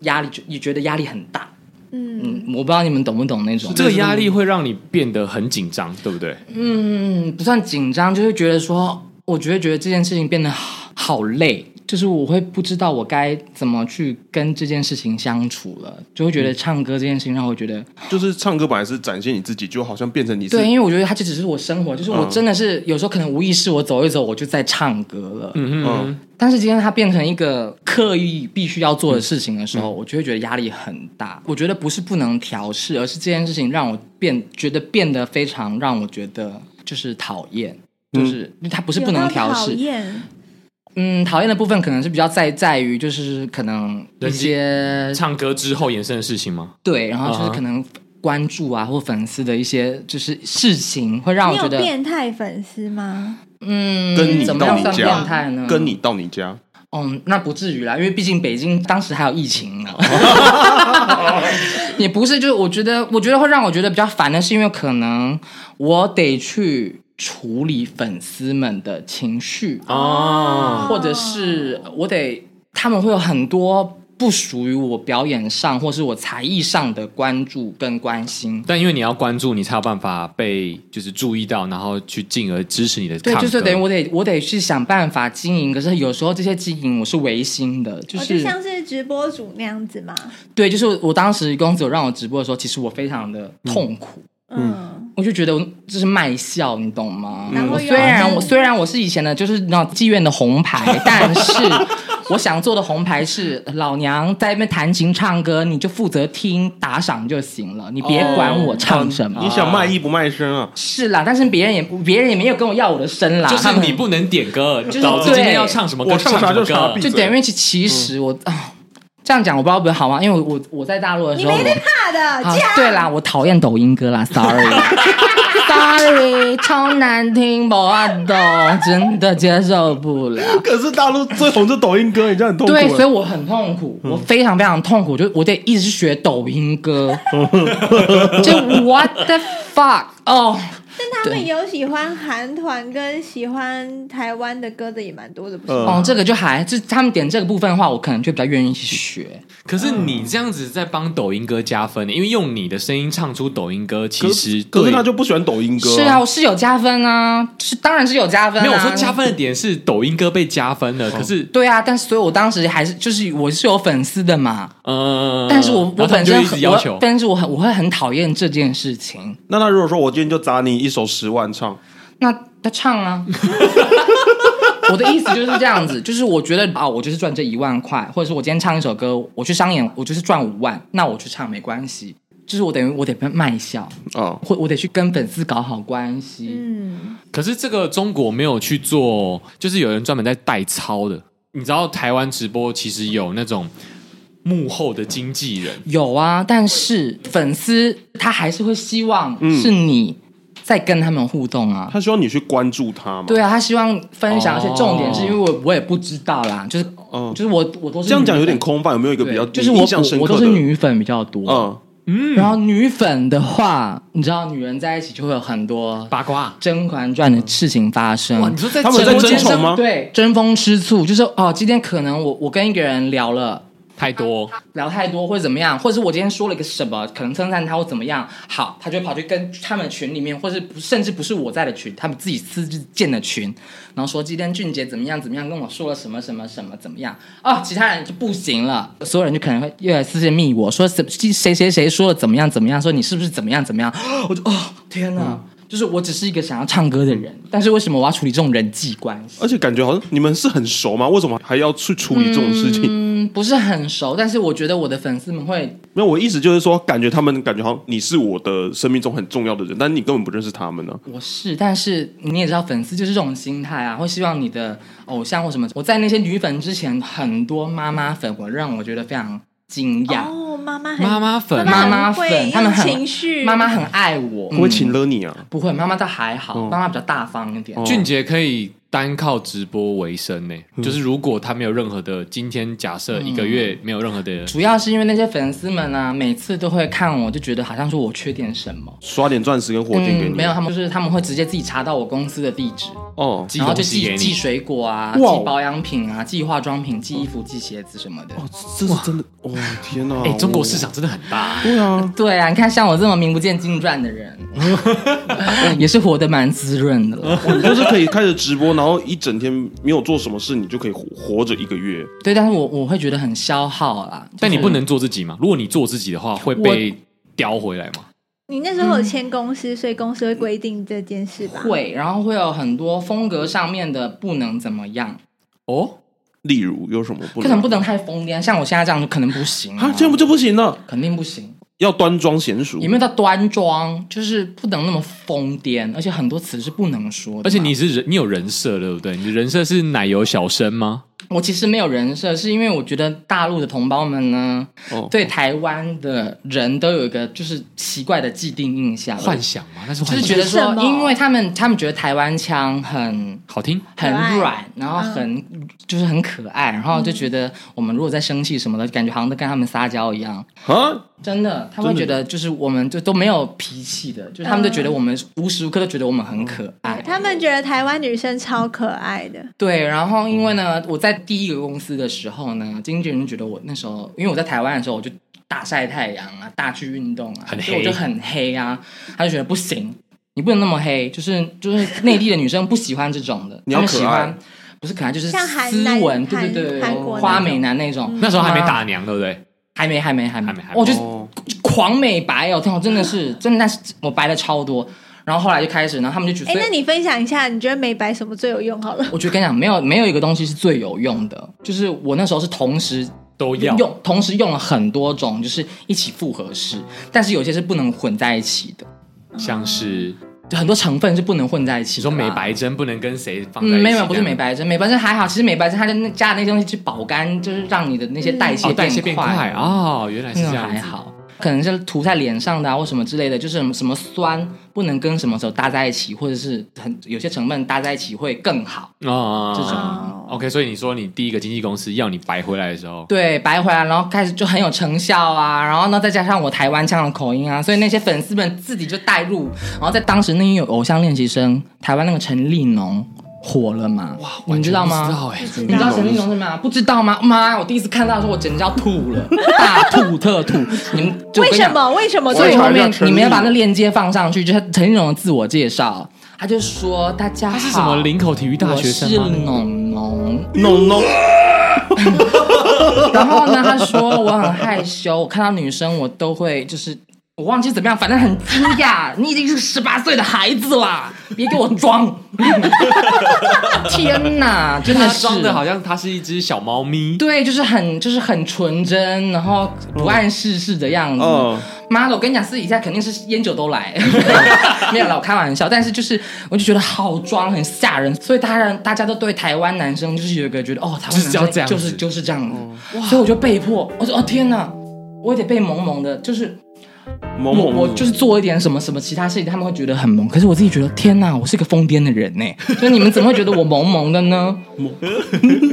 [SPEAKER 6] 压力，也觉得压力很大。
[SPEAKER 5] 嗯，
[SPEAKER 6] 嗯，我不知道你们懂不懂那种
[SPEAKER 4] 这个压力会让你变得很紧张，对不对？
[SPEAKER 6] 嗯，不算紧张，就是觉得说，我觉得觉得这件事情变得好好累，就是我会不知道我该怎么去跟这件事情相处了，就会觉得唱歌这件事情让我觉得，嗯
[SPEAKER 2] 就是唱歌本来是展现你自己，就好像变成你是
[SPEAKER 6] 对，因为我觉得它就只是我生活，就是我
[SPEAKER 2] 嗯
[SPEAKER 6] 真的是、有时候可能无意识我走一走我就在唱歌了，
[SPEAKER 4] 嗯
[SPEAKER 2] 嗯
[SPEAKER 4] 嗯，
[SPEAKER 6] 但是今天它变成一个刻意必须要做的事情的时候，我就会觉得压力很大。我觉得不是不能调试，而是这件事情让我变觉得变得非常让我觉得就是讨厌，就是、它不是不能调
[SPEAKER 5] 有到讨
[SPEAKER 6] 试。
[SPEAKER 5] 厌
[SPEAKER 6] 嗯，讨厌的部分可能是比较在在于就是可能一
[SPEAKER 4] 人际
[SPEAKER 6] 些
[SPEAKER 4] 唱歌之后衍生的事情吗？
[SPEAKER 6] 对，然后就
[SPEAKER 4] 啊
[SPEAKER 6] 是
[SPEAKER 4] 哈
[SPEAKER 6] 可能关注啊或粉丝的一些就是事情，会啊让我
[SPEAKER 5] 你
[SPEAKER 6] 觉
[SPEAKER 5] 有
[SPEAKER 6] 得
[SPEAKER 5] 变态粉丝吗？
[SPEAKER 6] 嗯，
[SPEAKER 2] 跟你
[SPEAKER 6] 怎么
[SPEAKER 2] 到
[SPEAKER 6] 样
[SPEAKER 2] 你
[SPEAKER 6] 算
[SPEAKER 2] 家嗯
[SPEAKER 6] 变态呢？
[SPEAKER 2] 跟你到你家，
[SPEAKER 6] 嗯，那不至于啦，因为毕竟北京当时还有疫 情呢。也不是，就是我觉得，我觉得会让我觉得比较烦的是，因为可能我得去处理粉丝们的情绪，
[SPEAKER 4] 哦，
[SPEAKER 6] 或者是我得他们会有很多不属于我表演上或是我才艺上的关注跟关心。
[SPEAKER 4] 但因为你要关注，你才有办法被就是注意到，然后去进而支持你的
[SPEAKER 6] 对，
[SPEAKER 4] 唱
[SPEAKER 6] 就是
[SPEAKER 4] 歌
[SPEAKER 6] 等于我得我得去想办法经营，可是有时候这些经营我是违心的，就
[SPEAKER 5] 哦
[SPEAKER 6] 是、
[SPEAKER 5] 像是直播主那样子嘛，
[SPEAKER 6] 对，就是我当时公子有让我直播的时候，其实我非常的痛苦，
[SPEAKER 5] 嗯，
[SPEAKER 6] 我就觉得我这是卖笑，你懂吗？
[SPEAKER 5] 然后
[SPEAKER 6] 我
[SPEAKER 5] 又
[SPEAKER 6] 虽然我
[SPEAKER 5] 是
[SPEAKER 6] 虽然我是以前的就是那种妓院的 红牌，但是我想做的红牌是老娘在那边弹琴唱歌，你就负责听打赏就行了，你别管我唱什
[SPEAKER 4] 哦
[SPEAKER 6] 么。
[SPEAKER 2] 你想卖艺不卖身啊？
[SPEAKER 6] 是啦，但是别人也别人也没有跟我要我的身啦，
[SPEAKER 4] 就
[SPEAKER 6] 他
[SPEAKER 4] 是
[SPEAKER 6] 们
[SPEAKER 4] 你不能点歌，
[SPEAKER 6] 是
[SPEAKER 4] 导致今天
[SPEAKER 6] 对
[SPEAKER 4] 要唱什么歌，
[SPEAKER 2] 我唱啥
[SPEAKER 4] 什么
[SPEAKER 2] 就啥
[SPEAKER 4] 歌
[SPEAKER 2] 闭
[SPEAKER 6] 就
[SPEAKER 2] 嘴
[SPEAKER 6] 等于其其实我啊。这样讲我不知道会不会好啊吗？因为我我我在大陆的时
[SPEAKER 5] 你
[SPEAKER 6] 候，
[SPEAKER 5] 没
[SPEAKER 6] 我
[SPEAKER 5] 在怕的，
[SPEAKER 6] 啊
[SPEAKER 5] 这样，
[SPEAKER 6] 对啦，我讨厌抖音歌啦，sorry，sorry，超难听，不爱抖，真的接受不了。
[SPEAKER 2] 可是大陆最红就抖音歌，你这样很痛苦。欸
[SPEAKER 6] 对，所以我很痛苦，我非常非常痛苦，就我得一直学抖音歌， 就 what the fuck 哦、
[SPEAKER 5] 但他们有喜欢韩团跟喜欢台湾的歌的也蛮多的，不是吗？
[SPEAKER 6] 哦，这个就还就他们点这个部分的话，我可能就比较愿意去学。
[SPEAKER 4] 可是你这样子在帮抖音歌加分，因为用你的声音唱出抖音歌，
[SPEAKER 2] 可
[SPEAKER 4] 其
[SPEAKER 2] 是
[SPEAKER 4] 实
[SPEAKER 2] 可是
[SPEAKER 4] 对
[SPEAKER 2] 他就不喜欢抖音歌。
[SPEAKER 6] 是啊，，我是有加分啊，是当然是有加分、啊。
[SPEAKER 4] 没有我说加分的点是抖音歌被加分了，可是
[SPEAKER 6] 对啊，但是所以我当时还是就是我是有粉丝的嘛，
[SPEAKER 4] 呃，
[SPEAKER 6] 但是我我
[SPEAKER 4] 然后他
[SPEAKER 6] 本
[SPEAKER 4] 们就
[SPEAKER 6] 身
[SPEAKER 4] 一直
[SPEAKER 6] 很
[SPEAKER 4] 要
[SPEAKER 6] 我
[SPEAKER 4] 求，
[SPEAKER 6] 但是我很我会很讨厌这件事情。
[SPEAKER 2] 那他如果说我今天就砸你一首十万唱，
[SPEAKER 6] 那他 唱啊，我的意思就是这样子，就是我觉得啊，我就是赚这一万块，或者是我今天唱一首歌，我去商演，我就是赚五万，那我去唱没关系。就是我等于我得卖笑，
[SPEAKER 2] 哦，
[SPEAKER 6] 或我得去跟粉丝搞好关系。
[SPEAKER 5] 嗯，
[SPEAKER 4] 可是这个中国没有去做，就是有人专门在代操的。你知道台湾直播其实有那种幕后的经纪人，
[SPEAKER 6] 有啊，但是粉丝他还是会希望
[SPEAKER 4] 嗯
[SPEAKER 6] 是你在跟他们互动啊。
[SPEAKER 2] 他希望你去关注他嘛？
[SPEAKER 6] 对啊，他希望分享，
[SPEAKER 4] 哦
[SPEAKER 6] 而且重点是因为我我也不知道啦，就是、
[SPEAKER 2] 嗯
[SPEAKER 6] 就是我我都是
[SPEAKER 2] 这样讲有点
[SPEAKER 6] 女粉
[SPEAKER 2] 空泛，有没有一个
[SPEAKER 6] 对
[SPEAKER 2] 比较
[SPEAKER 6] 就是
[SPEAKER 2] 印
[SPEAKER 6] 我
[SPEAKER 2] 象深
[SPEAKER 6] 我
[SPEAKER 2] 刻
[SPEAKER 6] 我
[SPEAKER 2] 的？
[SPEAKER 6] 都是女粉比较多，
[SPEAKER 2] 嗯，
[SPEAKER 6] 然后女粉的话，你知道女人在一起就会有很多
[SPEAKER 4] 八卦。
[SPEAKER 6] 《甄嬛传》的事情发生。
[SPEAKER 4] 哇，你说在
[SPEAKER 2] 他们有在
[SPEAKER 4] 直播间
[SPEAKER 2] 争宠
[SPEAKER 4] 上
[SPEAKER 2] 吗
[SPEAKER 6] 对，争风吃醋，就是哦，今天可能我我跟一个人聊了。
[SPEAKER 4] 太多，
[SPEAKER 6] 聊太多或者怎么样，或者是我今天说了一个什么，可能称赞他或怎么样，好，他就跑去跟他们群里面，或是不甚至不是我在的群，他们自己私自建的群，然后说今天俊杰怎么样怎么样，跟我说了什么什么什么怎么样，哦，其他人就不行了，所有人就可能会越来私信密我说什谁谁谁说了怎么样怎么样，说你是不是怎么样怎么样，我就哦天哪，就是我只是一个想要唱歌的人，但是为什么我要处理这种人际关系？
[SPEAKER 2] 而且感觉好像你们是很熟吗？为什么还要去处理这种事情？
[SPEAKER 6] 嗯，不是很熟，但是我觉得我的粉丝们会
[SPEAKER 2] 没有，我意思就是说，感觉他们感觉好像你是我的生命中很重要的人，但你根本不认识他们啊呢、
[SPEAKER 6] 我是，但是你也知道，粉丝就是这种心态啊，会希望你的偶像或什么。我在那些女粉之前，很多妈妈粉，我让我觉得非常惊
[SPEAKER 4] 嗯
[SPEAKER 6] 讶。
[SPEAKER 5] 哦，妈妈很
[SPEAKER 4] 妈妈粉，啊
[SPEAKER 6] 妈
[SPEAKER 5] 很
[SPEAKER 6] 妈
[SPEAKER 5] 会
[SPEAKER 6] 粉他们
[SPEAKER 5] 用
[SPEAKER 6] 很
[SPEAKER 5] 情绪，
[SPEAKER 6] 妈妈很爱我，
[SPEAKER 2] 会不会
[SPEAKER 6] 嗯
[SPEAKER 2] 请了你啊？
[SPEAKER 6] 不会，妈妈倒还好，
[SPEAKER 2] 哦
[SPEAKER 6] 妈妈比较大方一点。
[SPEAKER 2] 哦
[SPEAKER 4] 俊杰可以单靠直播为生呢、
[SPEAKER 6] 嗯
[SPEAKER 4] 就是如果他没有任何的，今天假设一个月没有任何的，
[SPEAKER 6] 主要是因为那些粉丝们啊，每次都会看我，就觉得好像说我缺点什么。嗯
[SPEAKER 2] 刷点钻石跟火箭给你？
[SPEAKER 6] 没有，他们就是他们会直接自己查到我公司的地址，
[SPEAKER 2] 哦，
[SPEAKER 4] 寄
[SPEAKER 6] 然后
[SPEAKER 4] 东
[SPEAKER 6] 就
[SPEAKER 4] 西
[SPEAKER 6] 寄
[SPEAKER 4] 给
[SPEAKER 6] 寄
[SPEAKER 4] 你，
[SPEAKER 6] 水果啊，
[SPEAKER 2] 哇哦
[SPEAKER 6] 寄保养品啊，寄化妆品，寄衣服，寄鞋子什么的。
[SPEAKER 2] 哦，这是真的，哦天哪！
[SPEAKER 4] 哎、中国市场真的很大、
[SPEAKER 2] 对啊，
[SPEAKER 6] 对啊，你看像我这么名不见经传的人，也是活得蛮滋润的了。
[SPEAKER 2] 你就是可以开始直播，然后一整天没有做什么事，你就可以活活着一个月。
[SPEAKER 6] 对，但是我我会觉得很消耗啊啦。
[SPEAKER 4] 但你不能做自己嘛？如果你做自己的话，会被叼回来嘛？
[SPEAKER 5] 你那时候有签公司，所以公司会规定这件事吧？，
[SPEAKER 6] 嗯会，然后会有很多风格上面的不能怎么样，
[SPEAKER 4] 哦，
[SPEAKER 2] 例如有什么不
[SPEAKER 6] 可能
[SPEAKER 2] 能
[SPEAKER 6] 不能太疯癫，像我现在这样就可能不行、
[SPEAKER 2] 啊？这样不就不行了？
[SPEAKER 6] 肯定不行。
[SPEAKER 2] 要端庄娴熟
[SPEAKER 6] 有。没有到端庄？就是不能那么疯癫，而且很多词是不能说的嘛。
[SPEAKER 4] 而且你是人，你有人设对不对？你的人设是奶油小生吗？
[SPEAKER 6] 我其实没有人设，是因为我觉得大陆的同胞们呢，
[SPEAKER 2] 哦
[SPEAKER 6] 对台湾的人都有一个就是奇怪的既定印象，
[SPEAKER 4] 幻想吗？那是
[SPEAKER 6] 就
[SPEAKER 4] 幻
[SPEAKER 6] 是
[SPEAKER 4] 想
[SPEAKER 6] 觉得
[SPEAKER 5] 为什
[SPEAKER 6] 说，
[SPEAKER 5] 么
[SPEAKER 6] 因为他们他们觉得台湾腔很
[SPEAKER 4] 好听，
[SPEAKER 6] 很
[SPEAKER 5] 可爱嗯
[SPEAKER 6] 软，然后很、就是很可爱，然后就觉得我们如果在生气什么的，感觉好像在跟他们撒娇一样。
[SPEAKER 2] 啊，
[SPEAKER 6] 真的，他们
[SPEAKER 2] 真
[SPEAKER 6] 觉
[SPEAKER 2] 的
[SPEAKER 6] 得就是我们就都没有脾气的，就是他们就
[SPEAKER 5] 嗯
[SPEAKER 6] 觉得我们无时无刻都觉得我们
[SPEAKER 5] 哦
[SPEAKER 6] 很可爱。
[SPEAKER 5] 他们觉得台湾女生超可爱的，
[SPEAKER 6] 对，
[SPEAKER 4] 嗯
[SPEAKER 6] 然后因为呢，我在第一个公司的时候呢，经纪人觉得我那时候，因为我在台湾的时候，我就大晒太阳啊，大去运动啊，
[SPEAKER 4] 很
[SPEAKER 6] 所以我
[SPEAKER 4] 黑
[SPEAKER 6] 就很黑啊，他就觉得不行，你不能那么黑，就是就是内地的女生不喜欢这种 的，
[SPEAKER 2] 你要
[SPEAKER 6] 她们喜
[SPEAKER 2] 可爱
[SPEAKER 6] 欢不是可爱，就是
[SPEAKER 5] 像韩
[SPEAKER 6] 斯
[SPEAKER 5] 男
[SPEAKER 6] 文，对
[SPEAKER 5] 韩
[SPEAKER 6] 对对，
[SPEAKER 5] 韩国那
[SPEAKER 6] 花
[SPEAKER 5] 种嗯
[SPEAKER 6] 美男那种，
[SPEAKER 4] 那时候还没打娘，对不对？
[SPEAKER 6] 还没，还没，还没，
[SPEAKER 4] 还没还没
[SPEAKER 6] 我就
[SPEAKER 2] 哦
[SPEAKER 6] 狂美白哦，天啊，真的是，真的，那是我白了超多。然后后来就开始，然后他们就觉得，
[SPEAKER 5] 哎，
[SPEAKER 6] 所以嗯
[SPEAKER 5] 那你分享一下，你觉得美白什么最有用？好了，
[SPEAKER 6] 我觉得跟你讲，没有没有一个东西是最有用的，就是我那时候是同时
[SPEAKER 4] 都要
[SPEAKER 6] 用，同时用了很多种，就是一起复合式，但是有些是不能混在一起的，
[SPEAKER 4] 像是
[SPEAKER 6] 就很多成分是不能混在一起
[SPEAKER 4] 你
[SPEAKER 6] 的
[SPEAKER 4] 说
[SPEAKER 6] 啦。
[SPEAKER 4] 美白针不能跟谁放在一起这
[SPEAKER 6] 嗯，
[SPEAKER 4] 样？
[SPEAKER 6] 没有没有，不是美白针，美白针还好。其实美白针它的那加的那些东西去保肝，就是让你的那些代谢
[SPEAKER 4] 哦，代谢变
[SPEAKER 6] 快
[SPEAKER 4] 快哦，原来是
[SPEAKER 6] 那
[SPEAKER 4] 这
[SPEAKER 6] 种
[SPEAKER 4] 样
[SPEAKER 6] 还
[SPEAKER 4] 子。
[SPEAKER 6] 好，可能是涂在脸上的啊，或什么之类的，就是什么什么酸不能跟什么时候搭在一起，或者是很有些成分搭在一起会更好。
[SPEAKER 4] 哦，
[SPEAKER 6] 这种
[SPEAKER 5] 哦
[SPEAKER 4] OK，所以你说你第一个经纪公司要你白回来的时候，
[SPEAKER 6] 对，白回来，然后开始就很有成效啊，然后呢，再加上我台湾腔的口音啊，所以那些粉丝们自己就带入，然后在当时那因为有偶像练习生，台湾那个陈立农火了嘛，哇，你们知道吗？
[SPEAKER 4] 不知道哎，
[SPEAKER 6] 你知道陈立农是吗？不知道吗？妈呀！我第一次看到的时候，我简直要吐了，大吐特吐。你们就我跟
[SPEAKER 5] 为
[SPEAKER 6] 你
[SPEAKER 5] 什
[SPEAKER 6] 讲
[SPEAKER 5] 么？为什么？
[SPEAKER 2] 我
[SPEAKER 6] 所
[SPEAKER 2] 也
[SPEAKER 6] 以
[SPEAKER 2] 查
[SPEAKER 6] 后
[SPEAKER 2] 一下
[SPEAKER 6] 面
[SPEAKER 2] 陈
[SPEAKER 6] 你们要
[SPEAKER 2] 立
[SPEAKER 6] 把那链接放上去，就是陈立农的自我介绍，他就说大家好，
[SPEAKER 4] 他是什么林口体育大学生
[SPEAKER 6] 我是
[SPEAKER 4] 吗？
[SPEAKER 6] 农农，
[SPEAKER 2] no no，
[SPEAKER 6] 然后呢，他说我很害羞，我看到女生我都会就是。我忘记怎么样，反正很惊讶。你已经是十八岁的孩子啦，别给我装！天哪，真的
[SPEAKER 4] 他
[SPEAKER 6] 是
[SPEAKER 4] 装的好像他是一只小猫咪，
[SPEAKER 6] 对，就是很就是很纯真，然后
[SPEAKER 4] 嗯
[SPEAKER 6] 不谙世事的样子。
[SPEAKER 2] 哦
[SPEAKER 6] 妈的，我跟你讲，私底下肯定是烟酒都 来，没有啦，我开玩笑。但是就是，我就觉得好装，很吓人。所以当然，大家都对台湾男生就是有一个觉得， 哦，台湾
[SPEAKER 4] 就是要这
[SPEAKER 6] 男生
[SPEAKER 4] 样子哦
[SPEAKER 6] 就是就是这样子。所以我就被迫，我说哦天哪，我也得被萌萌的，就是
[SPEAKER 2] 萌
[SPEAKER 4] 哦
[SPEAKER 2] 萌
[SPEAKER 6] 我我就是做一点什么什么其他事情，他们会觉得很萌。可是我自己觉得，天哪，我是个疯癫的人呢。 所以你们怎么会觉得我萌萌的呢？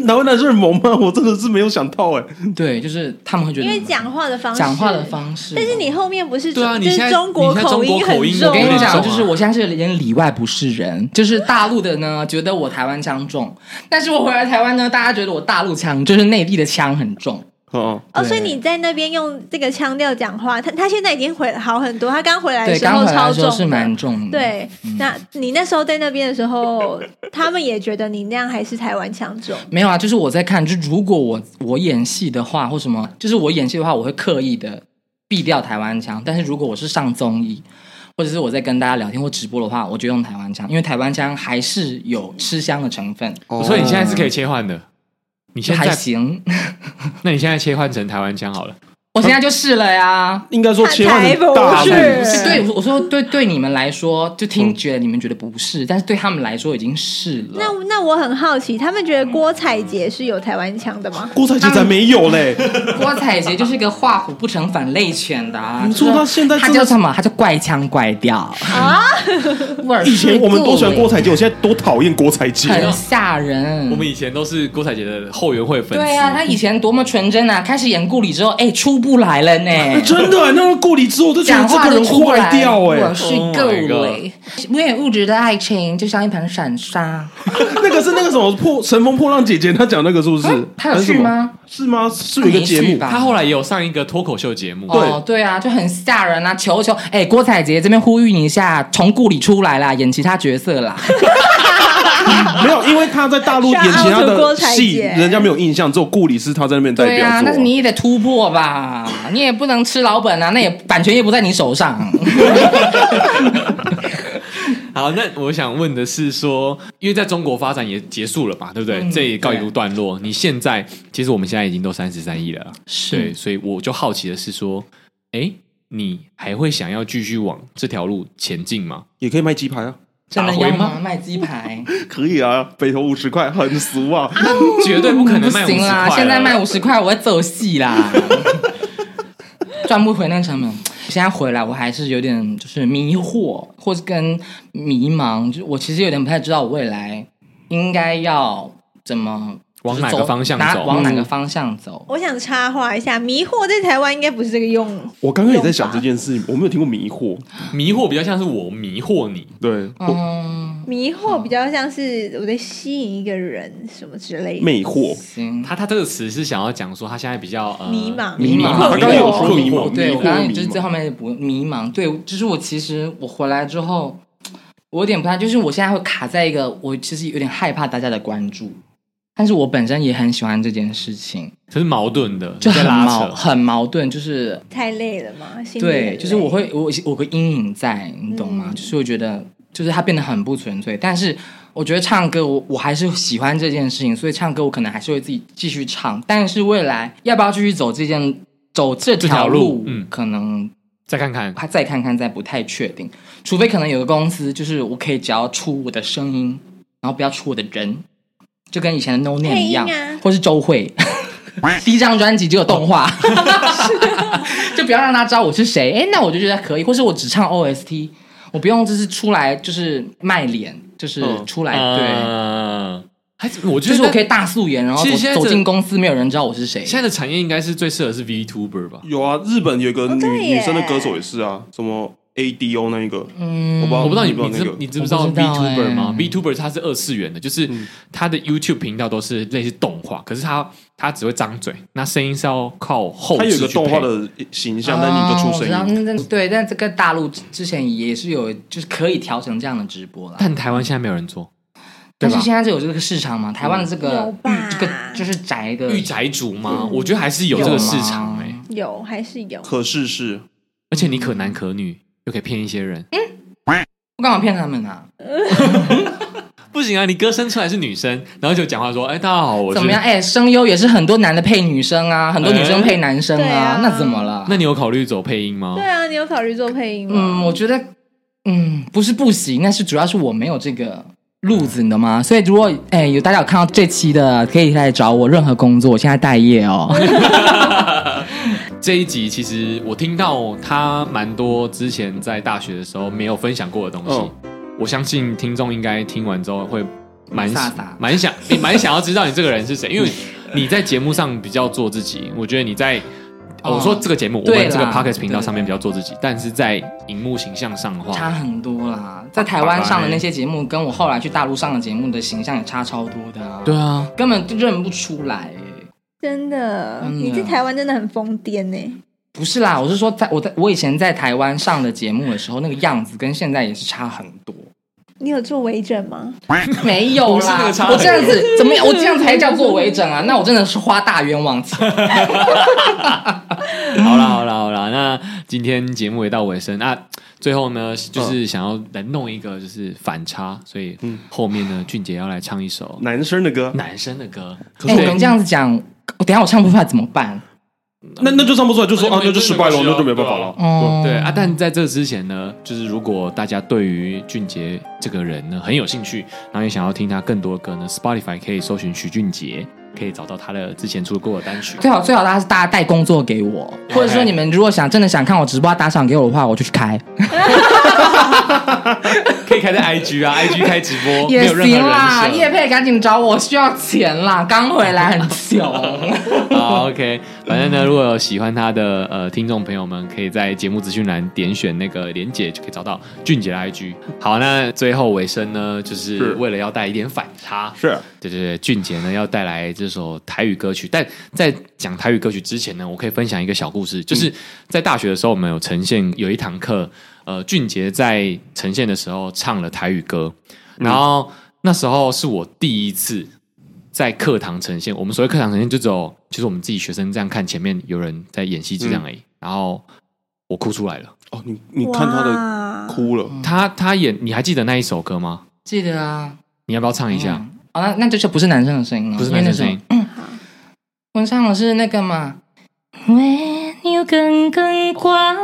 [SPEAKER 2] 台湾男生很萌吗？我真的是没有想到哎，
[SPEAKER 6] 对，就是他们会觉得
[SPEAKER 5] 因为讲话的方式，
[SPEAKER 6] 讲话的方式，
[SPEAKER 5] 但是你后面不是
[SPEAKER 4] 对啊
[SPEAKER 5] 中
[SPEAKER 4] 你
[SPEAKER 5] 就是
[SPEAKER 4] 现在
[SPEAKER 5] 中国
[SPEAKER 4] 你现在中
[SPEAKER 5] 口
[SPEAKER 4] 国
[SPEAKER 5] 很
[SPEAKER 4] 口音
[SPEAKER 5] 重
[SPEAKER 4] 有
[SPEAKER 6] 我跟
[SPEAKER 4] 点
[SPEAKER 6] 你
[SPEAKER 4] 重
[SPEAKER 6] 讲，
[SPEAKER 4] 啊
[SPEAKER 6] 就是我现在是连里外不是人， 就是大陆的呢，觉得我台湾腔重，但是我回来台湾呢，大家觉得我大陆腔，就是内地的腔很重。
[SPEAKER 2] 哦，
[SPEAKER 5] 哦，
[SPEAKER 6] 对
[SPEAKER 5] 所以你在那边用这个腔调讲话，他他现在已经回好很多，他刚回来的
[SPEAKER 6] 对，
[SPEAKER 5] 时
[SPEAKER 6] 刚
[SPEAKER 5] 候
[SPEAKER 6] 回来
[SPEAKER 5] 超
[SPEAKER 6] 的时
[SPEAKER 5] 重
[SPEAKER 6] 候
[SPEAKER 5] 的，
[SPEAKER 6] 是蛮嗯重的。，
[SPEAKER 5] 对。那你那时候在那边的时候， 他们也觉得你那样还是台湾腔重，
[SPEAKER 6] 没有啊，就是我在看，就如果我我演戏的话，或什么，就是我演戏的话，我会刻意的避掉台湾腔，但是如果我是上综艺。或者是我在跟大家聊天或直播的话，我就用台湾腔，因为台湾腔还是有吃香的成分，
[SPEAKER 4] 所以你现在是可以切换的。你
[SPEAKER 6] 哦就
[SPEAKER 4] 现
[SPEAKER 6] 还
[SPEAKER 4] 在，
[SPEAKER 6] 行。
[SPEAKER 4] 那你现在切换成台湾腔好了。
[SPEAKER 6] 我现在就试了呀，
[SPEAKER 2] 应该说切换
[SPEAKER 5] 才
[SPEAKER 2] 成
[SPEAKER 5] 不
[SPEAKER 2] 大陆
[SPEAKER 5] 是
[SPEAKER 6] 对，我我 说对，对你们来说，就听
[SPEAKER 2] 嗯
[SPEAKER 6] 觉得你们觉得不是，但是对他们来说已经是了。
[SPEAKER 5] 那那我很好奇，他们觉得郭采洁是有台湾腔的吗？
[SPEAKER 2] 郭采洁才没有嘞，
[SPEAKER 6] 郭采洁就是一个画虎不成反类犬的、啊。
[SPEAKER 2] 你说
[SPEAKER 6] 就是
[SPEAKER 2] 她现在
[SPEAKER 6] 她
[SPEAKER 2] 真的
[SPEAKER 6] 叫什么？她叫怪腔怪调啊！
[SPEAKER 2] 以前我们多喜欢郭采洁，我现在多讨厌郭采洁。啊
[SPEAKER 6] 很吓人。
[SPEAKER 4] 我们以前都是郭采洁的后援会粉丝，
[SPEAKER 6] 对啊，她以前多么纯真啊！开始演顾里之后，哎，出不来了呢。
[SPEAKER 2] 哎真的，那个过离之后，我就觉得
[SPEAKER 6] 讲
[SPEAKER 2] 这
[SPEAKER 6] 话
[SPEAKER 2] 个
[SPEAKER 6] 都
[SPEAKER 2] 人
[SPEAKER 6] 出不来
[SPEAKER 2] 坏掉哎、
[SPEAKER 6] 我是
[SPEAKER 4] Oh my
[SPEAKER 6] 够
[SPEAKER 4] God
[SPEAKER 6] 了。因为物质的爱情就像一盘散沙。
[SPEAKER 2] 那个是那个什么破乘风破浪姐姐，她讲那个是不是？
[SPEAKER 6] 哎她嗯有
[SPEAKER 2] 还是
[SPEAKER 6] 去
[SPEAKER 2] 什么
[SPEAKER 6] 吗？
[SPEAKER 2] 是吗？是有一个节
[SPEAKER 6] 没去
[SPEAKER 2] 目
[SPEAKER 6] 吧
[SPEAKER 4] 她后来也有上一个脱口秀节目，
[SPEAKER 6] 哦，对啊，就很吓人啊！求求，哎、郭采洁这边呼吁你一下，从故里出来啦，演其他角色啦。
[SPEAKER 2] 没有，因为她在大陆演其他的 戏，人家没有印象，只有顾里是她在那边代
[SPEAKER 6] 对
[SPEAKER 2] 表
[SPEAKER 6] 啊，
[SPEAKER 2] 作
[SPEAKER 6] 但是你也得突破吧，你也不能吃老本啊，那也版权也不在你手上。
[SPEAKER 4] 好，那我想问的是说，因为在中国发展也结束了嘛，对不对？
[SPEAKER 6] 嗯
[SPEAKER 4] 这也告一个段落。你现在其实我们现在已经都三十三亿了，对，
[SPEAKER 6] 是，
[SPEAKER 4] 所以我就好奇的是说，哎，你还会想要继续往这条路前进吗？
[SPEAKER 2] 也可以卖鸡排啊，
[SPEAKER 6] 真的
[SPEAKER 4] 打回
[SPEAKER 6] 要
[SPEAKER 4] 吗
[SPEAKER 6] 吗？卖鸡排
[SPEAKER 2] 可以啊，北头五十块很俗啊，
[SPEAKER 4] 绝对不可能卖五
[SPEAKER 6] 嗯
[SPEAKER 4] 十
[SPEAKER 6] 行
[SPEAKER 4] 块
[SPEAKER 6] 啦，
[SPEAKER 4] 啊，
[SPEAKER 6] 现在卖五十块，我会走戏啦，赚不回那个成本。现在回来，我还是有点就是迷惑，或是跟迷茫，就是我其实有点不太知道我未来。应该要怎么
[SPEAKER 4] 往哪个
[SPEAKER 6] 走
[SPEAKER 4] 方向
[SPEAKER 6] 哪
[SPEAKER 4] 走
[SPEAKER 6] 往哪个
[SPEAKER 2] 嗯
[SPEAKER 6] 方向走？
[SPEAKER 5] 我想插话一下，迷惑在台湾应该不是这个用，
[SPEAKER 2] 我刚刚也在想这件事情，我没有听过迷惑，
[SPEAKER 4] 迷惑比较像是我迷惑你，
[SPEAKER 2] 对，我
[SPEAKER 6] 嗯，
[SPEAKER 5] 迷惑比较像是我在吸引一个人什么之类的。
[SPEAKER 2] 魅惑，
[SPEAKER 6] 行，
[SPEAKER 4] 他他这个词是想要讲说他现在比较呃
[SPEAKER 5] 迷茫
[SPEAKER 6] 迷茫
[SPEAKER 2] 他刚刚有说
[SPEAKER 4] 困惑
[SPEAKER 2] 迷茫，
[SPEAKER 6] 对
[SPEAKER 2] 迷
[SPEAKER 6] 我刚刚
[SPEAKER 2] 惑，
[SPEAKER 6] 就
[SPEAKER 2] 迷
[SPEAKER 6] 是最
[SPEAKER 2] 茫，
[SPEAKER 6] 后面不迷茫，对，就是我其实我回来之后，我有点不太，就是我现在会卡在一个，我其实有点害怕大家的关注，但是我本身也很喜欢这件事情，
[SPEAKER 4] 这是矛盾的，
[SPEAKER 6] 就
[SPEAKER 4] 在
[SPEAKER 6] 很
[SPEAKER 4] 拉
[SPEAKER 6] 矛
[SPEAKER 4] 扯。
[SPEAKER 6] 很矛盾，就是
[SPEAKER 5] 太累了嘛，心里很
[SPEAKER 6] 对，
[SPEAKER 5] 累
[SPEAKER 6] 就是我会我我有个阴影在，你懂吗？
[SPEAKER 5] 嗯
[SPEAKER 6] 就是我觉得，就是它变得很不纯粹。但是我觉得唱歌我，我还是喜欢这件事情，所以唱歌我可能还是会自己继续唱。但是未来要不要继续走这件走这
[SPEAKER 4] 这条
[SPEAKER 6] 条
[SPEAKER 4] 路
[SPEAKER 6] 路，
[SPEAKER 4] 嗯
[SPEAKER 6] 可能
[SPEAKER 4] 再看 看，
[SPEAKER 6] 还再看看，再不太确定。除非可能有个公司，就是我可以只要出我的声音，然后不要出我的人，就跟以前的 No Name
[SPEAKER 5] 配
[SPEAKER 6] 一
[SPEAKER 5] 音
[SPEAKER 6] 样，
[SPEAKER 5] 啊
[SPEAKER 6] 或是 周慧。第一张专辑就有动 画，
[SPEAKER 5] 啊
[SPEAKER 6] 就不要让他知道我是谁。哎、那我就觉得可以，或是我只唱 OST，我不用就是出来就是卖脸，就是
[SPEAKER 4] 哦
[SPEAKER 2] 嗯
[SPEAKER 6] 出来、哎
[SPEAKER 4] 呃
[SPEAKER 6] 对，
[SPEAKER 4] 对，嗯还是我觉
[SPEAKER 6] 就
[SPEAKER 4] 得
[SPEAKER 6] 是我可以大素颜，然后
[SPEAKER 4] 其实
[SPEAKER 6] 走
[SPEAKER 4] 现在
[SPEAKER 6] 走
[SPEAKER 4] 这
[SPEAKER 6] 进公司，没有人知道我是谁。
[SPEAKER 4] 现在的产业应该是最适合是 VTuber 吧？
[SPEAKER 2] 有啊，日本有个
[SPEAKER 5] 哦
[SPEAKER 2] 女
[SPEAKER 5] 对耶
[SPEAKER 2] 女生的歌手也是啊，什么 ADO 那一个，
[SPEAKER 6] 嗯，
[SPEAKER 2] 哦我
[SPEAKER 4] 我不
[SPEAKER 2] 不知道，
[SPEAKER 4] 知道你
[SPEAKER 2] 不
[SPEAKER 4] 你
[SPEAKER 2] 知
[SPEAKER 4] 知
[SPEAKER 2] 道那个
[SPEAKER 4] 你知不知道
[SPEAKER 6] 我不知道
[SPEAKER 4] VTuber
[SPEAKER 6] 欸
[SPEAKER 4] 吗？VTuber 它是二次元的，就是
[SPEAKER 2] 嗯
[SPEAKER 4] 它的 YouTube 频道都是类似动画，可是它它只会张嘴，那声音是要靠后
[SPEAKER 2] 它有
[SPEAKER 4] 置
[SPEAKER 2] 一个
[SPEAKER 4] 去
[SPEAKER 2] 动画
[SPEAKER 4] 配
[SPEAKER 2] 的形象，但你就出声音。
[SPEAKER 6] 音。哦那对，但这个大陆之前也是有，就是可以调成这样的直播啦。
[SPEAKER 4] 但台湾现在没有人做，对
[SPEAKER 6] 但
[SPEAKER 4] 吧
[SPEAKER 6] 是？现在就有这个市场嘛，台湾的这
[SPEAKER 5] 嗯有
[SPEAKER 6] 个
[SPEAKER 5] 吧
[SPEAKER 6] 这个就是宅的
[SPEAKER 4] 御宅族吗？我觉得还是有
[SPEAKER 6] 有
[SPEAKER 4] 这个
[SPEAKER 6] 吗
[SPEAKER 4] 市场哎，
[SPEAKER 5] 有还是有，
[SPEAKER 2] 可是是
[SPEAKER 4] 而且你可男可女，又可以骗一些人，
[SPEAKER 6] 我干嘛骗他们啊？
[SPEAKER 4] 不行啊！你歌声出来是女生，然后就讲话说：“哎，大家好，我是
[SPEAKER 6] 怎么样？？哎，声优也是很多男的配女生啊，很多女生配男生
[SPEAKER 5] 哎对
[SPEAKER 6] 啊
[SPEAKER 5] 啊，
[SPEAKER 6] 那怎么了？
[SPEAKER 4] 那你有考虑走配音吗
[SPEAKER 5] 对？啊，你有考虑做配音吗？
[SPEAKER 6] 嗯，我觉得嗯不是不行，但是主要是我没有这个。路子，你懂吗？所以如果哎有大家有看到这期的，可以来找我任何工作，我现在待业哦。
[SPEAKER 4] 这一集其实我听到他蛮多之前在大学的时候没有分享过的东西，
[SPEAKER 2] 嗯
[SPEAKER 4] 我相信听众应该听完之后会蛮
[SPEAKER 6] 飒飒
[SPEAKER 4] 蛮想诶蛮想要知道你这个人是谁，因为你在节目上比较做自己，我觉得你在。哦
[SPEAKER 6] 哦
[SPEAKER 4] 我说这个节目，我
[SPEAKER 6] 对
[SPEAKER 4] 们这个
[SPEAKER 6] 啦
[SPEAKER 4] podcast 频道上面
[SPEAKER 6] 对
[SPEAKER 4] 比较做自己，但是在荧幕形象上的话，
[SPEAKER 6] 差很多啦，在台湾上的那些节目，跟我后来去大陆上的节目的形象也差超多的啊，
[SPEAKER 4] 对，啊，
[SPEAKER 6] 根本就认不出来欸、
[SPEAKER 5] 真的，
[SPEAKER 6] 真的
[SPEAKER 5] 你在台湾真的很疯癫呢。
[SPEAKER 6] 不是啦，我是说在，我在我以前在台湾上的节目的时候，那个样子跟现在也是差很多。
[SPEAKER 5] 你有做微整吗？
[SPEAKER 6] 没有
[SPEAKER 4] 不是那
[SPEAKER 6] 啦
[SPEAKER 4] 个差，很
[SPEAKER 6] 我
[SPEAKER 4] 多
[SPEAKER 6] 这样子怎么 样？我这样才叫做微整啊？那我真的是花大冤枉钱。
[SPEAKER 2] 嗯
[SPEAKER 4] 好啦好啦好啦，那今天节目也到尾声，那最后呢，
[SPEAKER 2] 嗯
[SPEAKER 4] 就是想要来弄一个就是反差，所以后面呢，俊杰要来唱一首
[SPEAKER 2] 男生的歌，
[SPEAKER 4] 男生的歌，
[SPEAKER 6] 哎、我们这样子讲，我等一下我唱不出来怎么办？
[SPEAKER 2] 那那就唱不出来，就说
[SPEAKER 4] 那
[SPEAKER 2] 啊，
[SPEAKER 4] 就
[SPEAKER 2] 那就失败了，
[SPEAKER 4] 那就没
[SPEAKER 2] 那就没办法了。
[SPEAKER 6] 哦、
[SPEAKER 4] 对啊，但在这之前呢，就是如果大家对于俊杰这个人呢很有兴趣，然后也想要听他更多的歌呢，Spotify 可以搜寻许俊杰，可以找到他的之前出过的单曲。
[SPEAKER 6] 最好最好大家是大家带工作给我，或者说你们如果想真的想看我直播打赏给我的话，我就去开
[SPEAKER 4] 可以开在 IG 啊，IG 开直 播，没
[SPEAKER 6] 也
[SPEAKER 4] 有任何
[SPEAKER 6] 行啦。
[SPEAKER 4] 人设
[SPEAKER 6] 叶佩赶紧找我，需要钱啦，刚回来很穷。
[SPEAKER 4] 好，OK，反啊正呢，如果有喜欢他的呃听众朋友们，可以在节目资讯栏点选那个连结，就可以找到俊杰的 IG。好，那最后尾声呢，就是
[SPEAKER 2] 是
[SPEAKER 4] 为了要带一点反差，
[SPEAKER 2] 是
[SPEAKER 4] 对对对，俊杰呢要带来这首台语歌曲，但在讲台语歌曲之前呢，我可以分享一个小故事，就是在大学的时候，我们有呈现有一堂课，呃，俊杰在呈现的时候唱了台语歌，然后那时候是我第一次在课堂呈现，我们所谓课堂呈现就只有就是我们自己学生这样看前面有人在演戏这样而已，然后我哭出来了。
[SPEAKER 2] 哦，你你看他的
[SPEAKER 5] 的
[SPEAKER 2] 哭了，
[SPEAKER 4] 他他演，你还记得那一首歌吗？
[SPEAKER 6] 记得啊，
[SPEAKER 4] 你要不要唱一下？
[SPEAKER 6] 嗯哦，那那就是不是男生的声音了，
[SPEAKER 4] 不是男生声音
[SPEAKER 6] 因为，那首。我唱的是那个嘛，
[SPEAKER 3] 月亮光光挂，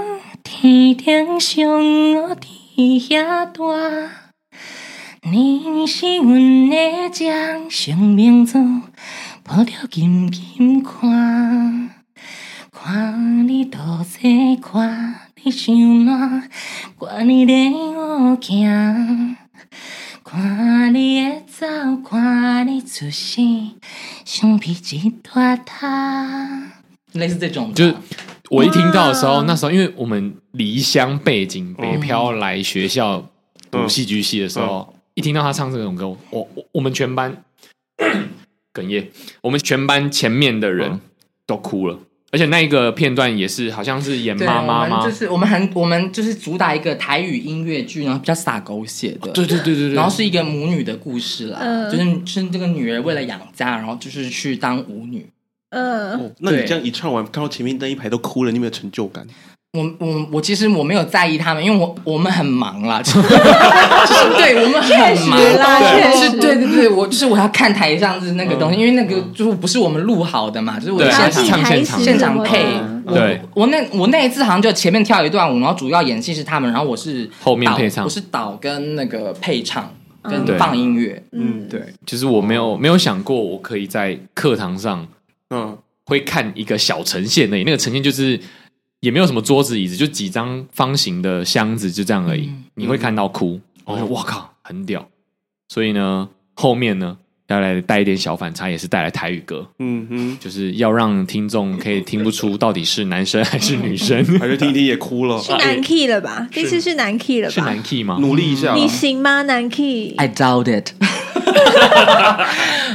[SPEAKER 3] 天顶上乌天遐大。你是阮的掌上明珠，抱着紧紧看，看你多西，看
[SPEAKER 4] 嗯
[SPEAKER 3] 你想哪，看你在学行，看你的走，看你出世，像比一大塔。
[SPEAKER 6] 类似这种的，
[SPEAKER 4] 就是我一听到的时候，那时候因为我们离乡背
[SPEAKER 6] 嗯
[SPEAKER 4] 景，北漂来学校读戏剧系的时候，
[SPEAKER 6] 嗯
[SPEAKER 4] 一听到他唱这种歌，我我我们全班 哽咽，我们全班前面的人
[SPEAKER 2] 嗯
[SPEAKER 4] 都哭了，而且那一个片段也是好像是演
[SPEAKER 6] 对
[SPEAKER 4] 妈妈
[SPEAKER 6] 我们
[SPEAKER 4] 吗
[SPEAKER 6] 就？是我们很我们就是主打一个台语音乐剧，然后比较洒狗血的，
[SPEAKER 4] 对对对对对，
[SPEAKER 6] 然后是一个母女的故事啦，
[SPEAKER 5] 嗯
[SPEAKER 6] 就是是这个女儿为了养家，然后就是去当舞女。
[SPEAKER 5] 嗯，
[SPEAKER 2] 哦那你
[SPEAKER 6] 对
[SPEAKER 2] 这样一唱完，看到前面那一排都哭了，你有没有成就感？
[SPEAKER 6] 我我我其实我没有在意他们，因为我我们很忙啦， 就是就是对我们
[SPEAKER 5] 确
[SPEAKER 6] 很忙。
[SPEAKER 5] 实啦，确
[SPEAKER 6] 对，
[SPEAKER 5] 实嗯
[SPEAKER 6] 是，对对对，我就是我要看台上是那个东西，因为那个就是不是我们录好的嘛，就是我
[SPEAKER 4] 嗯对
[SPEAKER 5] 他
[SPEAKER 6] 现
[SPEAKER 5] 自
[SPEAKER 6] 场
[SPEAKER 4] 唱现场嗯
[SPEAKER 5] 己台词
[SPEAKER 6] 现
[SPEAKER 5] 什
[SPEAKER 6] 场
[SPEAKER 5] 么的
[SPEAKER 6] 配。我
[SPEAKER 4] 对
[SPEAKER 6] 我那我那一次好像就前面跳一段舞，然后主要演戏是他们，然后我是
[SPEAKER 4] 后面
[SPEAKER 6] 导
[SPEAKER 4] 配唱
[SPEAKER 6] 我是导跟那个配唱
[SPEAKER 5] 嗯
[SPEAKER 6] 跟
[SPEAKER 4] 对
[SPEAKER 6] 放音乐，
[SPEAKER 5] 嗯，
[SPEAKER 6] 对。
[SPEAKER 4] 就是我没有没有想过我可以在课堂上
[SPEAKER 2] 嗯，
[SPEAKER 4] 会看一个小呈现而已，那个呈现就是也没有什么桌子椅子，就几张方形的箱子，就这样而已。
[SPEAKER 6] 嗯
[SPEAKER 4] 你会看到哭，我说哇靠，很屌。所以呢，后面呢要来带一点小反差，也是带来台语歌，
[SPEAKER 2] 嗯 哼，
[SPEAKER 4] 就是要让听众可以听不出到底是男生还是女生，
[SPEAKER 2] 还是听一听也哭了，
[SPEAKER 5] 是男 key 了吧？这次是男 key 了
[SPEAKER 4] 是
[SPEAKER 5] 吧
[SPEAKER 4] 男？key 吗？
[SPEAKER 2] 努力一下啦
[SPEAKER 5] 你。行吗，男 key？
[SPEAKER 6] I doubt it 。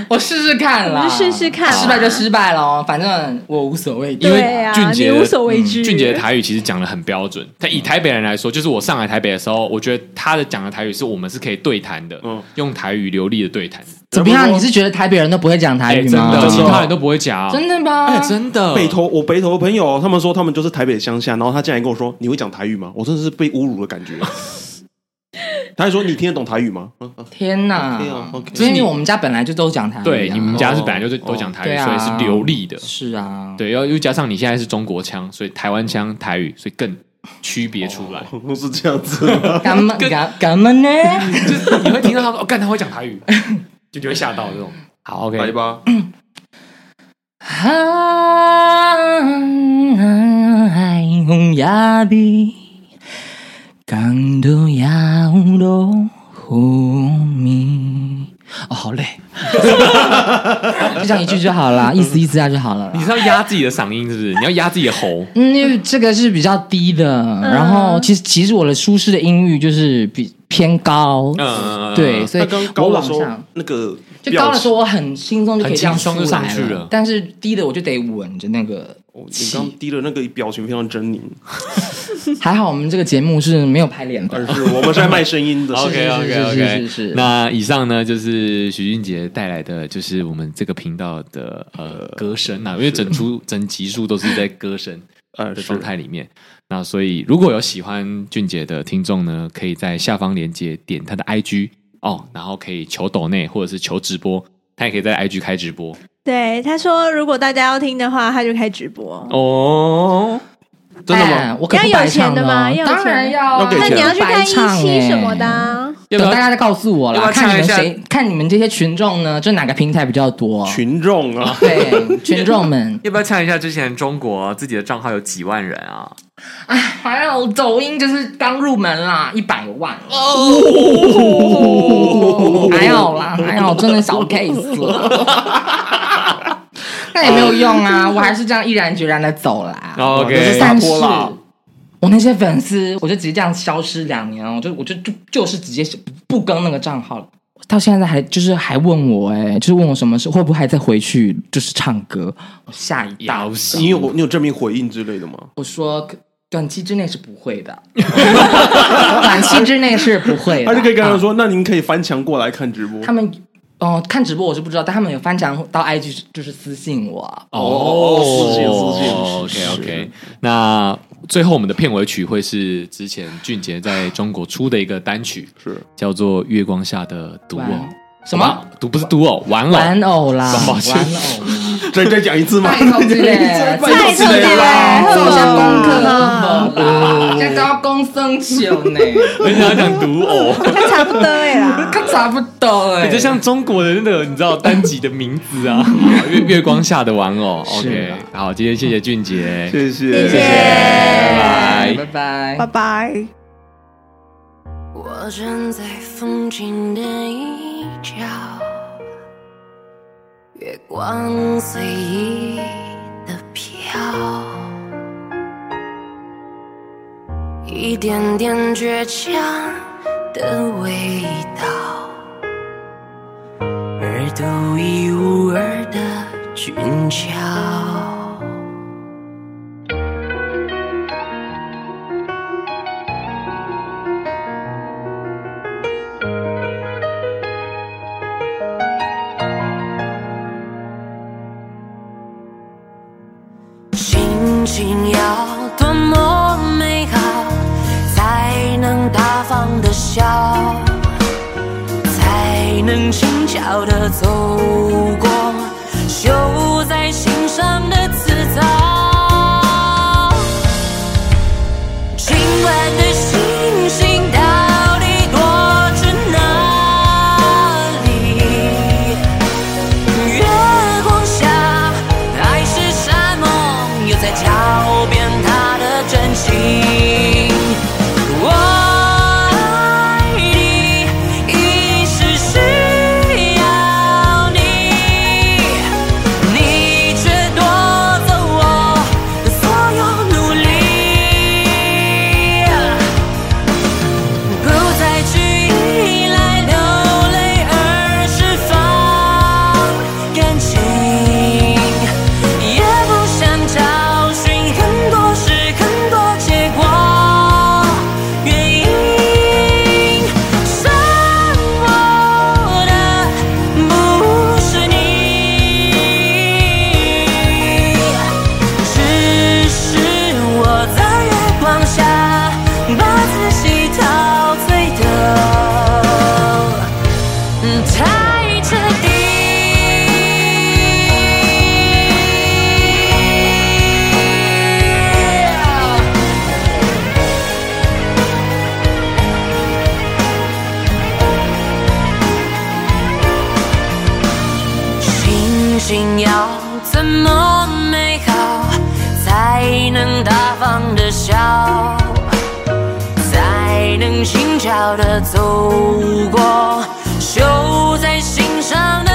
[SPEAKER 6] 我试试看啦，
[SPEAKER 5] 我们就试试看啦
[SPEAKER 6] 失败就失败咯，反正我无所谓。
[SPEAKER 4] 因为
[SPEAKER 5] 对啊
[SPEAKER 4] 俊杰
[SPEAKER 5] 你无所畏惧
[SPEAKER 4] 嗯俊杰的台语其实讲的很标准，但以台北人来说，就是我上来台北的时候，我觉得他的讲的台语是我们是可以对谈的，
[SPEAKER 2] 嗯
[SPEAKER 4] 用台语流利的对谈。
[SPEAKER 6] 怎么样？你是觉得台北人都不会讲台
[SPEAKER 4] 哎，
[SPEAKER 6] 语
[SPEAKER 4] 真
[SPEAKER 6] 吗？
[SPEAKER 4] 的，其他人都不会讲，
[SPEAKER 6] 真的吗？
[SPEAKER 4] 哎，真的
[SPEAKER 2] 北投，我北投的朋友，他们说他们就是台北乡下，然后他竟然跟我说：“你会讲台语吗？”我真的是被侮辱的感 觉。他还说：“你听得懂台语吗？”嗯嗯
[SPEAKER 6] 天哪
[SPEAKER 2] OK 啊，OK！
[SPEAKER 6] 因为我们家本来就都讲台语啊，
[SPEAKER 4] 哦对，你们家是
[SPEAKER 2] 哦
[SPEAKER 4] 本来就是都讲台语，
[SPEAKER 6] 对啊
[SPEAKER 4] 所以是流利的。
[SPEAKER 6] 是啊，
[SPEAKER 4] 对，要又加上你现在是中国腔，所以台湾腔、台语，所以更区别出来。
[SPEAKER 2] 是这样子。
[SPEAKER 6] 干嘛干干嘛呢？
[SPEAKER 4] 就是你会听到他说：“哦，干，他会讲台语。” 就你会吓到这种。好，OK，
[SPEAKER 2] 来吧，
[SPEAKER 6] 哎
[SPEAKER 3] 海风也美，港都也有落雨。
[SPEAKER 6] 哦，好累，就讲一句就好了，意思意思下就好了啦
[SPEAKER 4] 你。是要压自己的嗓音，是不是？你要压自己的 喉。
[SPEAKER 6] 嗯，因为这个是比较低的，然后其实其实我的舒适的音域就是比偏高，
[SPEAKER 4] 嗯，
[SPEAKER 6] 对，所
[SPEAKER 2] 他
[SPEAKER 6] 以
[SPEAKER 2] 刚
[SPEAKER 6] 我
[SPEAKER 2] 高的
[SPEAKER 6] 往
[SPEAKER 2] 时候
[SPEAKER 6] 上，
[SPEAKER 2] 那个
[SPEAKER 6] 就高的时
[SPEAKER 2] 候，
[SPEAKER 6] 候我很轻松就可以这样
[SPEAKER 4] 很轻松就上
[SPEAKER 6] 出来
[SPEAKER 4] 去了
[SPEAKER 6] 了，但是低的我就得稳着那个
[SPEAKER 2] 哦你
[SPEAKER 6] 气。
[SPEAKER 2] 刚低的那个表情非常狰狞。
[SPEAKER 6] 还好我们这个节目是没有拍脸的
[SPEAKER 2] 而，哦 是我们是在卖声音的。
[SPEAKER 4] OK
[SPEAKER 6] 是
[SPEAKER 4] OK
[SPEAKER 6] 是
[SPEAKER 4] OK，
[SPEAKER 6] 是是是
[SPEAKER 4] 那以上呢就是许俊杰带来的，就是我们这个频道的呃歌声啊，因为整出整集数都是在歌声
[SPEAKER 2] 呃
[SPEAKER 4] 的
[SPEAKER 2] 是
[SPEAKER 4] 状态里面。那所以如果有喜欢俊杰的听众呢，可以在下方链接点他的 IG 哦，然后可以求抖内或者是求直播，他也可以在 IG 开直播
[SPEAKER 5] 对，他说如果大家要听的话，他就开直播。
[SPEAKER 4] 哦。
[SPEAKER 2] 真的吗？
[SPEAKER 6] 哎但我可不
[SPEAKER 5] 要有
[SPEAKER 6] 白唱
[SPEAKER 5] 钱的吗
[SPEAKER 6] 啊
[SPEAKER 5] 要有
[SPEAKER 6] 当然
[SPEAKER 5] 钱
[SPEAKER 6] 要啊，
[SPEAKER 2] 要给
[SPEAKER 5] 那
[SPEAKER 2] 钱
[SPEAKER 5] 你要去看
[SPEAKER 6] 白
[SPEAKER 5] 一
[SPEAKER 6] 唱
[SPEAKER 5] 期
[SPEAKER 6] 欸
[SPEAKER 5] 什么的啊？
[SPEAKER 4] 要
[SPEAKER 6] 等
[SPEAKER 4] 不要
[SPEAKER 6] 大家再告诉我
[SPEAKER 4] 要不
[SPEAKER 6] 啦，
[SPEAKER 4] 要
[SPEAKER 6] 看
[SPEAKER 4] 唱
[SPEAKER 6] 你
[SPEAKER 4] 一
[SPEAKER 6] 们
[SPEAKER 4] 下
[SPEAKER 6] 谁，看你们这些群众呢，就哪个平台比较多？
[SPEAKER 2] 群众啊，
[SPEAKER 6] 对，群众们，
[SPEAKER 4] 要不要唱一下之前中国自己的账号有几万人啊？
[SPEAKER 6] 哎，还有抖音就是刚入门啦，一百万哦， 还有啦，还有真的小 case 了。那也没有用啊，我还是这样毅然决然的走啦。
[SPEAKER 4] 哦 OK
[SPEAKER 6] 我是三世
[SPEAKER 4] 啊
[SPEAKER 2] 打破啦，
[SPEAKER 6] 我那些粉丝，我就直接这样消失两年哦，我就我就就就是直接不更那个账号了。到现在还就是还问我哎、就是问我什么事，会不会还再回去就是唱歌？我吓一跳，
[SPEAKER 4] 要死！
[SPEAKER 2] 你有你有正面回应之类的吗？
[SPEAKER 6] 我说短期之内是不 会的，短期之内是不会
[SPEAKER 2] 他
[SPEAKER 6] 的。
[SPEAKER 2] 就可以跟他
[SPEAKER 6] 啊
[SPEAKER 2] 说：“那您可以翻墙过来看直播。
[SPEAKER 6] 他们哦、看直播我是不知道，但他们有翻墙到 IG 就是私信我。
[SPEAKER 4] 哦，
[SPEAKER 2] 私信私信
[SPEAKER 4] OK OK，那最后我们的片尾曲会是之前俊杰在中国出的一个单曲，
[SPEAKER 2] 是
[SPEAKER 4] 叫做《月光下的独偶》。
[SPEAKER 6] 玩什么？
[SPEAKER 4] 独不是独偶，玩偶。
[SPEAKER 6] 玩偶啦，玩
[SPEAKER 4] 抱
[SPEAKER 6] 偶
[SPEAKER 4] 歉
[SPEAKER 6] 啦，
[SPEAKER 2] 再再讲一次吗？
[SPEAKER 6] 拜 托之类，
[SPEAKER 5] 拜托之类
[SPEAKER 6] 走向功课
[SPEAKER 5] 好
[SPEAKER 6] 啦，现在要公生球呢，
[SPEAKER 4] 人家讲独偶，
[SPEAKER 5] 他差不多哎啦。
[SPEAKER 6] 可差不多哎
[SPEAKER 4] 你，就像中国的那个你知道单集的名字 啊，月月光下的玩偶。
[SPEAKER 6] 是
[SPEAKER 4] OK，
[SPEAKER 6] 啊
[SPEAKER 4] 好，今天谢谢俊杰，
[SPEAKER 2] 谢谢
[SPEAKER 5] 谢谢
[SPEAKER 4] 拜拜
[SPEAKER 6] 拜拜
[SPEAKER 5] 拜。拜。
[SPEAKER 7] 我我站在风景的一角，月光随意的飘，一点点倔强的味道，而独一无二的俊俏。心情要多么美好，才能大方的笑，才能轻巧的走过绣在心上的刺刀。今晚的星星到底躲着哪里？月光下，海市山盟又在狡辩他的真情。我爱你，一是需要你，你却夺走我的所有努力。不再去依赖流泪，而是放感情，也不想找寻很多事、很多结果、原因。伤我的不是你。只是我在月光下把自己陶醉嗯的太彻底。心情要怎么美好，才能大方的笑，才能轻巧的走过绣在心上